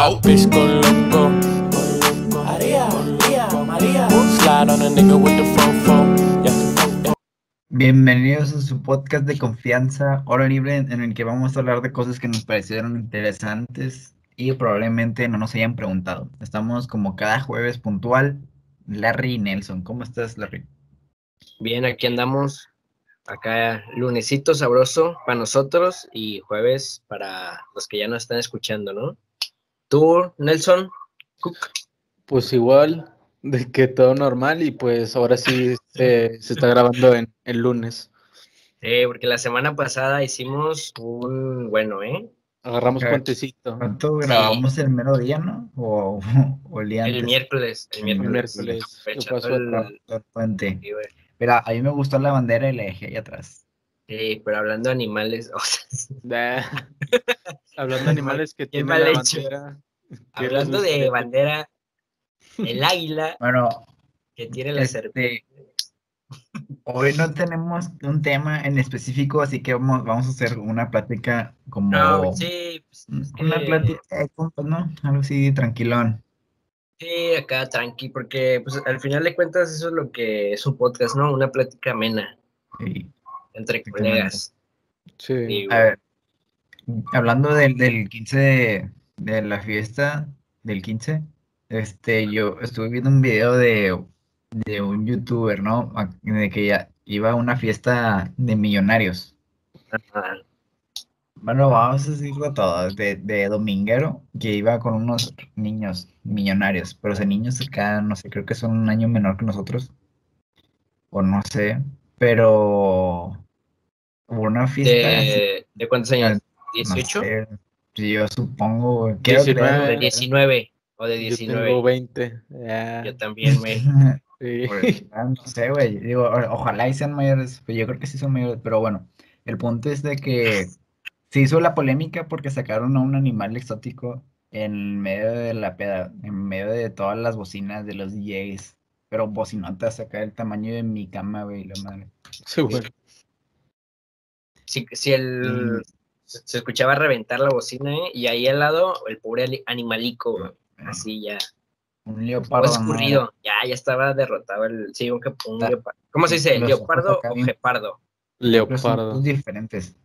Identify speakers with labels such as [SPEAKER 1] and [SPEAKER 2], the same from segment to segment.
[SPEAKER 1] Mouthpiece go loco. María, María, María. Slide on a nigga with the fofo. Yeah.
[SPEAKER 2] Bienvenidos a su podcast de confianza, Hora Libre, en el que vamos a hablar de cosas que nos parecieron interesantes y probablemente no nos hayan preguntado. Estamos como cada jueves puntual. Larry y Nelson, ¿cómo estás, Larry?
[SPEAKER 3] Bien, aquí andamos. Acá lunesito sabroso para nosotros y jueves para los que ya nos están escuchando, ¿no? Tú, Nelson, Cook.
[SPEAKER 4] Pues igual, de que todo normal y pues ahora sí se, se está grabando en el lunes.
[SPEAKER 3] Sí, eh, porque la semana pasada hicimos un bueno, ¿eh?
[SPEAKER 4] Agarramos puentecito.
[SPEAKER 3] Ah.
[SPEAKER 2] ¿Cuánto grabamos el mero día, no? O, o el día
[SPEAKER 3] El
[SPEAKER 2] antes.
[SPEAKER 3] miércoles, el
[SPEAKER 4] El
[SPEAKER 3] miércoles.
[SPEAKER 4] miércoles. ¿Qué
[SPEAKER 3] Fecha,
[SPEAKER 4] pasó
[SPEAKER 3] el-
[SPEAKER 4] acá?
[SPEAKER 2] El puente.
[SPEAKER 3] sí, güey.
[SPEAKER 2] Mira, a mí me gustó la bandera y la dejé ahí atrás.
[SPEAKER 3] Sí, eh, pero hablando de animales, o sea,
[SPEAKER 4] Da. Hablando de animales que tienen
[SPEAKER 3] mal
[SPEAKER 4] la
[SPEAKER 3] hecho.
[SPEAKER 4] bandera. que les
[SPEAKER 3] hablando de
[SPEAKER 4] gustaría-
[SPEAKER 3] bandera, el águila
[SPEAKER 2] Bueno,
[SPEAKER 3] que tiene la serpiente.
[SPEAKER 2] este, hoy no tenemos un tema en específico, así que vamos, vamos a hacer una plática como...
[SPEAKER 3] No, sí, pues, es
[SPEAKER 2] Una
[SPEAKER 3] que-
[SPEAKER 2] plática de compas, eh, ¿no? Algo así tranquilón.
[SPEAKER 3] Sí, acá tranqui, porque pues, al final de cuentas eso es lo que es un podcast, ¿no? Una plática amena
[SPEAKER 2] Sí.
[SPEAKER 3] entre
[SPEAKER 2] Exactamente.
[SPEAKER 3] colegas.
[SPEAKER 4] Sí.
[SPEAKER 3] Sí,
[SPEAKER 2] A ver, hablando del, del 15 de, de la fiesta del 15, este, yo estuve viendo un video de, de un youtuber, ¿no? A- De que ya iba a una fiesta de millonarios.
[SPEAKER 3] ajá.
[SPEAKER 2] Bueno, vamos a decirlo todo, de, de dominguero, que iba con unos niños millonarios, pero esos niños acá, no sé, creo que son un año menor que nosotros, o no sé, pero hubo una fiesta así,
[SPEAKER 3] ¿De, de cuántos años?
[SPEAKER 2] no
[SPEAKER 3] ¿18?
[SPEAKER 2] sé, sí, yo supongo, güey, creo que era
[SPEAKER 3] De
[SPEAKER 2] de-
[SPEAKER 3] 19 o de
[SPEAKER 4] Yo tengo Ah,
[SPEAKER 3] 19.
[SPEAKER 4] 20. Ya,
[SPEAKER 3] Yo también, güey.
[SPEAKER 4] sí.
[SPEAKER 2] Pues, ah, no sé, güey. Digo, o- ojalá y sean mayores. pues yo creo que sí son mayores. Pero bueno, el punto es de que se hizo la polémica porque sacaron a un animal exótico en medio de la peda, en medio de todas las bocinas de los DJs. Pero bocinotas acá del tamaño de mi cama, güey, la madre.
[SPEAKER 4] Sí, güey.
[SPEAKER 3] Si, si
[SPEAKER 2] Mm.
[SPEAKER 3] el, se se escuchaba reventar la bocina, ¿eh? Y ahí al lado, el pobre ali- animalico, güey, así ya.
[SPEAKER 2] Un
[SPEAKER 3] Todo
[SPEAKER 2] leopardo. ¿no?
[SPEAKER 3] Pues escurrido. Ya, ya estaba derrotado el. Sí, un, que- un
[SPEAKER 2] Ah,
[SPEAKER 3] leopardo. ¿Cómo se dice?
[SPEAKER 2] los ojos
[SPEAKER 3] ¿Leopardo
[SPEAKER 2] acá
[SPEAKER 3] o
[SPEAKER 2] bien-
[SPEAKER 3] gepardo?
[SPEAKER 2] Pero son dos
[SPEAKER 4] Leopardo.
[SPEAKER 2] diferentes.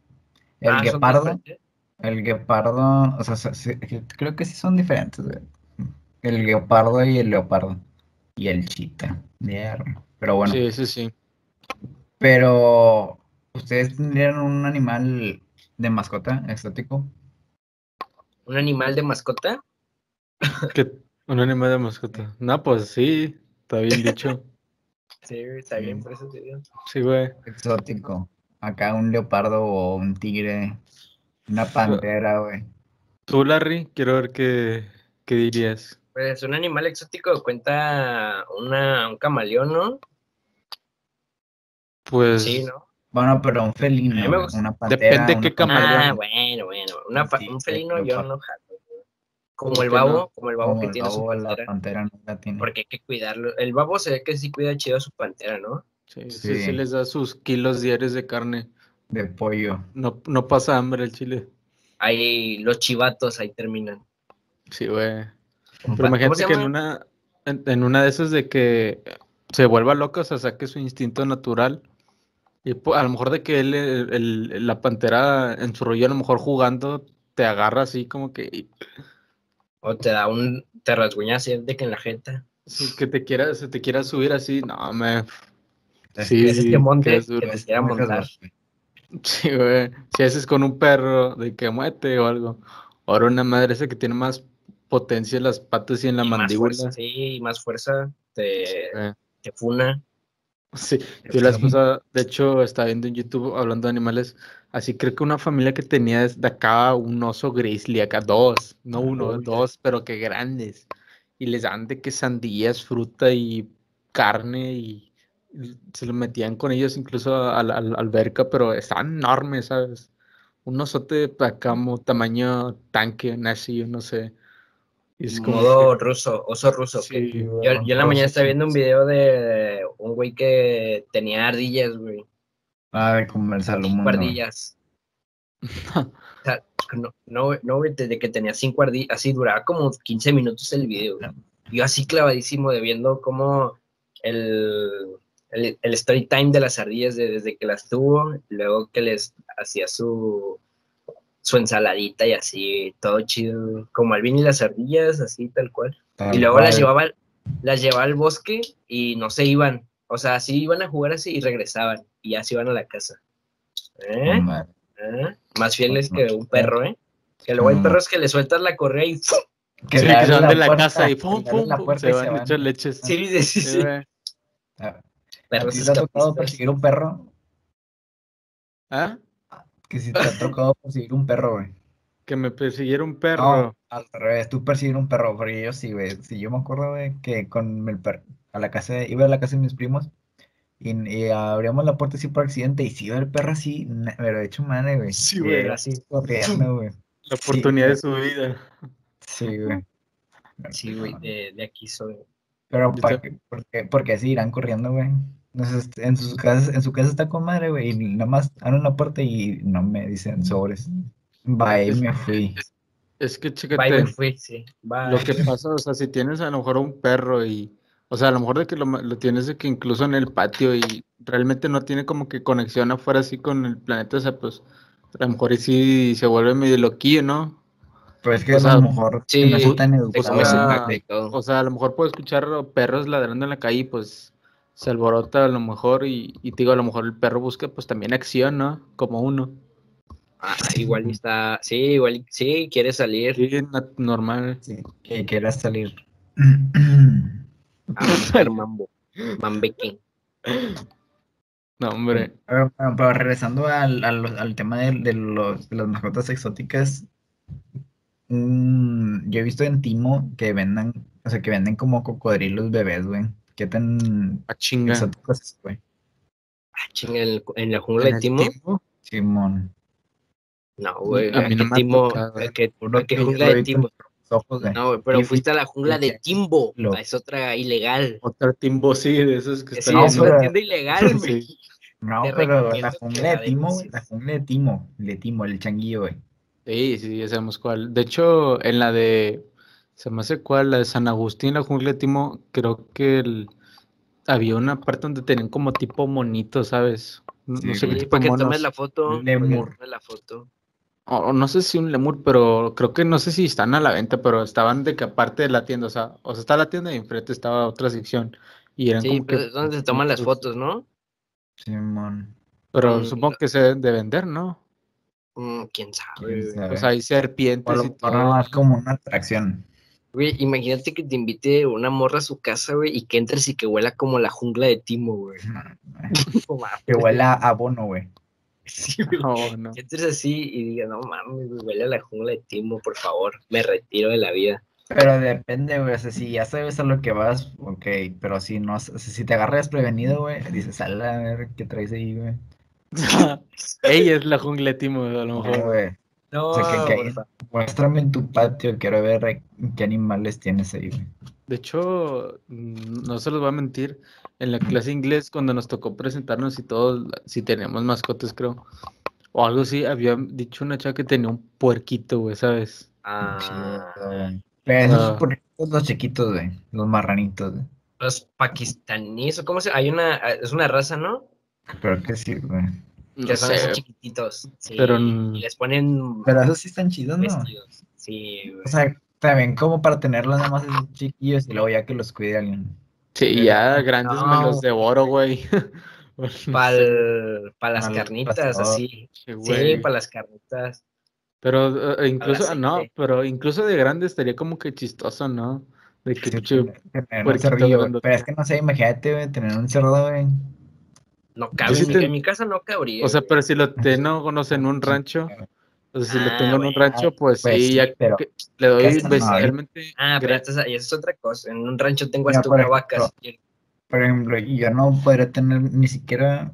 [SPEAKER 2] El
[SPEAKER 3] Ah, son
[SPEAKER 2] guepardo,
[SPEAKER 3] diferentes.
[SPEAKER 2] el guepardo, o sea, so- sí, que- creo que sí son diferentes, güey. El guepardo y el leopardo. Y el chita. Mierda. Pero bueno.
[SPEAKER 4] Sí, sí, sí.
[SPEAKER 2] Pero, ¿ustedes tendrían un animal de mascota exótico?
[SPEAKER 3] ¿Un animal de mascota?
[SPEAKER 4] Que un animal de mascota. No, pues sí, está bien dicho.
[SPEAKER 3] Sí, güey, está bien,
[SPEAKER 2] Sí.
[SPEAKER 3] por eso te digo.
[SPEAKER 4] Sí, güey.
[SPEAKER 2] Exótico. Acá un leopardo o un tigre. Una pantera, güey.
[SPEAKER 4] Tú, Larry, quiero ver qué, qué dirías.
[SPEAKER 3] Pues un animal exótico cuenta una, un camaleón, ¿no?
[SPEAKER 4] Pues
[SPEAKER 3] Sí, ¿no?
[SPEAKER 2] Bueno, pero un felino,
[SPEAKER 3] A mí me
[SPEAKER 2] güey,
[SPEAKER 3] gusta.
[SPEAKER 2] una
[SPEAKER 4] Depende
[SPEAKER 2] pantera,
[SPEAKER 4] qué
[SPEAKER 2] una pan-
[SPEAKER 4] camaleón.
[SPEAKER 3] Ah, bueno, bueno. Una fa-
[SPEAKER 2] Sí,
[SPEAKER 3] un
[SPEAKER 2] sí,
[SPEAKER 3] felino
[SPEAKER 2] lo
[SPEAKER 3] yo
[SPEAKER 2] pago.
[SPEAKER 3] no jato. güey. Como
[SPEAKER 4] ¿Por
[SPEAKER 3] el
[SPEAKER 4] qué no?
[SPEAKER 3] babo, como el babo
[SPEAKER 2] como
[SPEAKER 3] que
[SPEAKER 2] el
[SPEAKER 3] tiene su
[SPEAKER 2] lobo, la
[SPEAKER 3] pantera.
[SPEAKER 2] pantera no la tiene.
[SPEAKER 3] Porque hay que cuidarlo. El babo se ve que sí cuida chido a su pantera, ¿no?
[SPEAKER 4] sí, sí, sí
[SPEAKER 2] Sí.
[SPEAKER 4] les da sus kilos diarios de carne.
[SPEAKER 2] De pollo.
[SPEAKER 4] No, no pasa hambre el chile.
[SPEAKER 3] Ahí los chivatos ahí terminan.
[SPEAKER 4] Sí, güey. Pero
[SPEAKER 3] ¿Cómo se
[SPEAKER 4] imagínate que en
[SPEAKER 3] llama?
[SPEAKER 4] una, en, en una de esas de que se vuelva loca, o sea, saque su instinto natural. Y po- a lo mejor de que él, el- el- la pantera en su rollo, a lo mejor jugando, te agarra así como que, y-
[SPEAKER 3] O te da un, te rasguña así de que en la jeta.
[SPEAKER 4] sí, que te quiera, se te quiera subir así. No, me.
[SPEAKER 2] Es
[SPEAKER 4] Sí,
[SPEAKER 3] que es
[SPEAKER 4] sí,
[SPEAKER 3] este monte
[SPEAKER 4] quedas
[SPEAKER 3] que
[SPEAKER 4] duro.
[SPEAKER 3] te quiera
[SPEAKER 2] Muchas
[SPEAKER 3] montar.
[SPEAKER 2] gracias.
[SPEAKER 4] Sí, güey. Si haces con un perro de que muete o algo. Ahora una madre esa que tiene más potencia en las patas y en la
[SPEAKER 3] Y más
[SPEAKER 4] mandíbula.
[SPEAKER 3] fuerza, sí, y más fuerza. Te,
[SPEAKER 4] Eh,
[SPEAKER 3] te funa. Eh,
[SPEAKER 4] Sí, yo las cosas, de hecho, estaba viendo en YouTube hablando de animales. Así creo que una familia que tenía de acá un oso grizzly, acá dos, no uno,
[SPEAKER 3] Ah, Uy.
[SPEAKER 4] dos, pero que grandes. Y les daban de que sandías, fruta y carne y y se lo metían con ellos incluso a la, a la alberca, pero estaban enormes, ¿sabes? Un osote pa' acá, mo- tamaño tanque, nazi, yo no sé. Y es como
[SPEAKER 3] Modo ruso, oso ruso. que-
[SPEAKER 4] que- sí,
[SPEAKER 3] Yo, yo en la mañana estaba viendo un video de un güey que tenía ardillas, güey.
[SPEAKER 2] Ah, A ver, como el Salomón.
[SPEAKER 3] Cinco ardillas. O sea, no, no, no, güey, desde que tenía cinco ardillas, así duraba como 15 minutos el video. güey. Yo así clavadísimo de viendo cómo el, el, el story time de las ardillas de- desde que las tuvo, luego que les hacía su, su ensaladita y así, todo chido, güey. como Alvin y las ardillas, así tal cual.
[SPEAKER 2] Tal
[SPEAKER 3] Y luego las
[SPEAKER 2] cual.
[SPEAKER 3] llevaba, las llevaba al bosque y no se iban. O sea, así iban a jugar así y regresaban. Y ya se iban a la casa. ¿Eh?
[SPEAKER 2] No, madre.
[SPEAKER 3] ¿Eh? Más fieles
[SPEAKER 2] no,
[SPEAKER 3] que
[SPEAKER 2] no.
[SPEAKER 3] un perro, ¿eh? Que luego hay
[SPEAKER 2] Mm.
[SPEAKER 3] perros que le sueltas la correa y ¡fum!
[SPEAKER 4] Sí,
[SPEAKER 2] le
[SPEAKER 4] que
[SPEAKER 2] abres
[SPEAKER 4] se van de la
[SPEAKER 2] puerta,
[SPEAKER 4] casa y
[SPEAKER 2] que
[SPEAKER 4] pum,
[SPEAKER 2] le abres
[SPEAKER 4] pum,
[SPEAKER 2] la
[SPEAKER 4] pum,
[SPEAKER 2] puerta
[SPEAKER 4] se
[SPEAKER 2] y
[SPEAKER 4] van a echar
[SPEAKER 2] van.
[SPEAKER 4] leches.
[SPEAKER 3] Sí, sí, sí, sí.
[SPEAKER 4] Eh, güey.
[SPEAKER 2] Ah, ¿A
[SPEAKER 3] Perros
[SPEAKER 2] ti te ha tocado
[SPEAKER 3] escapistas.
[SPEAKER 2] perseguir un perro?
[SPEAKER 4] ¿Ah?
[SPEAKER 2] Que si te ha tocado perseguir un perro, güey.
[SPEAKER 4] Que me persiguiera un perro.
[SPEAKER 2] No, al revés, tú perseguir un perro, porque yo sí, güey. Sí, yo me acuerdo, güey, que con el perro, a la casa, de- iba a la casa de mis primos y, y abríamos la puerta así por accidente y si iba el perro así, na- pero hecho madre, güey.
[SPEAKER 4] Sí,
[SPEAKER 3] Sí,
[SPEAKER 4] güey.
[SPEAKER 3] era así.
[SPEAKER 2] Corriendo, güey.
[SPEAKER 4] La
[SPEAKER 2] Sí,
[SPEAKER 4] oportunidad de
[SPEAKER 2] güey.
[SPEAKER 4] su vida.
[SPEAKER 2] Sí, güey.
[SPEAKER 3] Sí, güey, de, de aquí soy.
[SPEAKER 2] Pero
[SPEAKER 4] Yo
[SPEAKER 2] ¿para
[SPEAKER 4] te-
[SPEAKER 2] qué? ¿Por qué? Porque así irán corriendo, güey. Entonces, en sus casas, en su casa está con madre, güey. Y nada más abren la puerta y no me dicen sobres. Bye, me fui.
[SPEAKER 4] Es que,
[SPEAKER 3] Bye,
[SPEAKER 4] chécate,
[SPEAKER 3] me fui, sí. Bye.
[SPEAKER 4] lo que pasa, o sea, si tienes a lo mejor un perro y, o sea, a lo mejor de que lo, ma- lo tienes de que incluso en el patio y realmente no tiene como que conexión afuera así con el planeta, o sea, pues a lo mejor y sí se vuelve medio loquillo, ¿no?
[SPEAKER 2] Pero es que
[SPEAKER 4] O
[SPEAKER 2] a
[SPEAKER 4] sea,
[SPEAKER 2] lo mejor
[SPEAKER 3] sí,
[SPEAKER 2] no está tan
[SPEAKER 3] Te Ah,
[SPEAKER 4] o sea,
[SPEAKER 2] educado.
[SPEAKER 3] comes el
[SPEAKER 2] güey.
[SPEAKER 3] pack y todo.
[SPEAKER 4] O sea, a lo mejor puedo escuchar perros ladrando en la calle y pues se alborota a lo mejor y, y te digo, a lo mejor el perro busca pues también acción, ¿no? Como uno.
[SPEAKER 3] Ah, igual y está. Sí, igual. y- Sí, quiere salir.
[SPEAKER 4] Sí, na- normal.
[SPEAKER 2] Sí, que quieras salir.
[SPEAKER 3] A buscar Ah, mambo. Mambeque.
[SPEAKER 4] No, hombre.
[SPEAKER 2] Pero, pero- pero regresando al, al- al tema de, de los, de las mascotas exóticas, mm, yo he visto en Timo que vendan, o sea, que venden como cocodrilos bebés, güey. ¿Qué tan
[SPEAKER 4] A chinga.
[SPEAKER 2] exóticos es, güey?
[SPEAKER 3] Ah, chinga, en, el- en la
[SPEAKER 4] ¿En
[SPEAKER 3] jungla de
[SPEAKER 4] el
[SPEAKER 3] Timo.
[SPEAKER 4] Timo?
[SPEAKER 2] Simón.
[SPEAKER 3] No, güey.
[SPEAKER 4] A mí no
[SPEAKER 3] ¿a qué
[SPEAKER 4] me ha
[SPEAKER 3] Timo.
[SPEAKER 4] tocado.
[SPEAKER 3] ¿A qué-
[SPEAKER 2] Uno
[SPEAKER 3] a qué
[SPEAKER 2] que yo
[SPEAKER 3] jungla
[SPEAKER 2] lo he
[SPEAKER 3] de
[SPEAKER 2] visto
[SPEAKER 3] Timo?
[SPEAKER 2] en los ojos, güey.
[SPEAKER 3] No, güey, pero
[SPEAKER 2] Y-
[SPEAKER 3] fuiste a la jungla de Timbo.
[SPEAKER 2] Lo-
[SPEAKER 3] Ah, Es otra ilegal.
[SPEAKER 4] Otra Timbo, sí, de esos que
[SPEAKER 3] Sí,
[SPEAKER 4] están.
[SPEAKER 3] es
[SPEAKER 2] No,
[SPEAKER 3] una
[SPEAKER 2] pero-
[SPEAKER 3] tienda ilegal,
[SPEAKER 4] Sí.
[SPEAKER 3] güey.
[SPEAKER 2] No,
[SPEAKER 3] te
[SPEAKER 2] pero
[SPEAKER 3] recomiendo
[SPEAKER 2] la
[SPEAKER 3] que
[SPEAKER 2] jungla
[SPEAKER 3] la
[SPEAKER 2] de Timo, güey,
[SPEAKER 3] denuncies.
[SPEAKER 2] la jungla de Timo, de Timo, el changuillo, güey.
[SPEAKER 4] Sí, sí, ya sabemos cuál. De hecho, en la de, se me hace cuál, la de San Agustín, la jungla de Timo, creo que el- había una parte donde tenían como tipo monito, ¿sabes? No, no
[SPEAKER 2] Sí,
[SPEAKER 4] sé qué
[SPEAKER 2] güey.
[SPEAKER 3] Sí,
[SPEAKER 4] tipo
[SPEAKER 3] para
[SPEAKER 4] de
[SPEAKER 3] que
[SPEAKER 4] monos.
[SPEAKER 3] tomes la foto.
[SPEAKER 2] Lemur.
[SPEAKER 3] para que tomes la foto.
[SPEAKER 4] O- o no sé si un lemur, pero creo que no sé si están a la venta, pero estaban de que aparte de la tienda, o sea, o sea, está la tienda y enfrente estaba otra sección. Y eran
[SPEAKER 3] Sí,
[SPEAKER 4] como que,
[SPEAKER 3] pero es donde se toman las fotos, ¿no?
[SPEAKER 2] Simón.
[SPEAKER 4] pero
[SPEAKER 3] Mm,
[SPEAKER 4] supongo que se deben de vender, ¿no?
[SPEAKER 3] Mm, quién sabe.
[SPEAKER 2] quién
[SPEAKER 3] güey.
[SPEAKER 2] sabe.
[SPEAKER 4] O sea, hay
[SPEAKER 2] O a
[SPEAKER 4] serpientes
[SPEAKER 2] lo
[SPEAKER 4] y
[SPEAKER 2] mejor
[SPEAKER 4] todo.
[SPEAKER 2] nomás como una atracción.
[SPEAKER 3] Güey, imagínate que te invite una morra a su casa, güey, y que entres y que huela como la jungla de Timo, güey. No mames.
[SPEAKER 2] Que huela a abono, güey.
[SPEAKER 3] Sí, güey.
[SPEAKER 4] No, no.
[SPEAKER 3] Que entres así y diga, no mames, güey, huele a la jungla de Timo, por favor. Me retiro de la vida.
[SPEAKER 2] Pero depende, güey. O sea, si ya sabes a lo que vas, ok. Pero si no, o sea, si te agarras prevenido, güey, dices, sal a ver qué traes ahí, güey.
[SPEAKER 4] Ella es la jungla de Timo, a lo
[SPEAKER 2] Eh,
[SPEAKER 4] mejor.
[SPEAKER 2] güey,
[SPEAKER 3] No,
[SPEAKER 2] O sea, que- que-
[SPEAKER 3] por favor.
[SPEAKER 2] Muéstrame en tu patio, quiero ver eh, qué animales tienes ahí, güey.
[SPEAKER 4] De hecho, mm, no se los voy a mentir, en la clase de inglés cuando nos tocó presentarnos y todo, si teníamos mascotas creo, o algo así, había dicho una chava que tenía un puerquito, güey, ¿sabes?
[SPEAKER 3] Ah,
[SPEAKER 2] Pero esos
[SPEAKER 4] Ah.
[SPEAKER 2] por los chiquitos, güey. Los marranitos, güey.
[SPEAKER 3] los pakistaníes, ¿o ¿cómo se Hay una, es una raza, ¿no?
[SPEAKER 2] Creo que sí, güey.
[SPEAKER 4] No
[SPEAKER 3] que son
[SPEAKER 4] sé,
[SPEAKER 3] esos chiquititos. Sí,
[SPEAKER 4] pero n-
[SPEAKER 3] Y les ponen
[SPEAKER 2] Pero esos sí están chidos,
[SPEAKER 4] Pues
[SPEAKER 2] ¿no?
[SPEAKER 3] vestidos. Sí, güey.
[SPEAKER 2] O sea, también como para tenerlos nada más esos chiquillos y luego ya que los cuide alguien.
[SPEAKER 4] sí, ya grandes me
[SPEAKER 3] No.
[SPEAKER 4] los devoro, güey. No sé,
[SPEAKER 3] Para las
[SPEAKER 2] Pa'l
[SPEAKER 3] carnitas,
[SPEAKER 2] pastor.
[SPEAKER 3] así. Sí,
[SPEAKER 4] güey.
[SPEAKER 3] para las carnitas.
[SPEAKER 4] Pero eh, incluso, ah, no,
[SPEAKER 3] aceite.
[SPEAKER 4] pero incluso de grande estaría como que chistoso, ¿no? De que,
[SPEAKER 2] Sí,
[SPEAKER 4] che,
[SPEAKER 2] tener un
[SPEAKER 4] puerquito
[SPEAKER 2] cerdillo, güey.
[SPEAKER 4] grandote.
[SPEAKER 2] Pero es que no sé, imagínate, güey, tener un cerdo, güey.
[SPEAKER 3] No cabe.
[SPEAKER 4] sí
[SPEAKER 3] en mi-
[SPEAKER 4] te-
[SPEAKER 3] En mi casa no cabría.
[SPEAKER 4] o sea,
[SPEAKER 3] güey.
[SPEAKER 4] pero si lo tengo, no sé, en un rancho, o sea, si lo
[SPEAKER 3] Ah,
[SPEAKER 4] tengo en un
[SPEAKER 3] bueno,
[SPEAKER 4] rancho, pues
[SPEAKER 2] pues
[SPEAKER 4] sí,
[SPEAKER 2] sí,
[SPEAKER 4] ya
[SPEAKER 2] pero
[SPEAKER 4] que le doy
[SPEAKER 2] casa no, ¿eh?
[SPEAKER 4] especialmente
[SPEAKER 3] Ah, pero
[SPEAKER 4] gra-
[SPEAKER 3] esta es, esa es otra cosa. En un rancho tengo
[SPEAKER 2] Mira,
[SPEAKER 3] hasta
[SPEAKER 2] por
[SPEAKER 3] una
[SPEAKER 2] ejemplo,
[SPEAKER 3] vaca. si quieres.
[SPEAKER 2] Por ejemplo, yo no podría tener ni siquiera,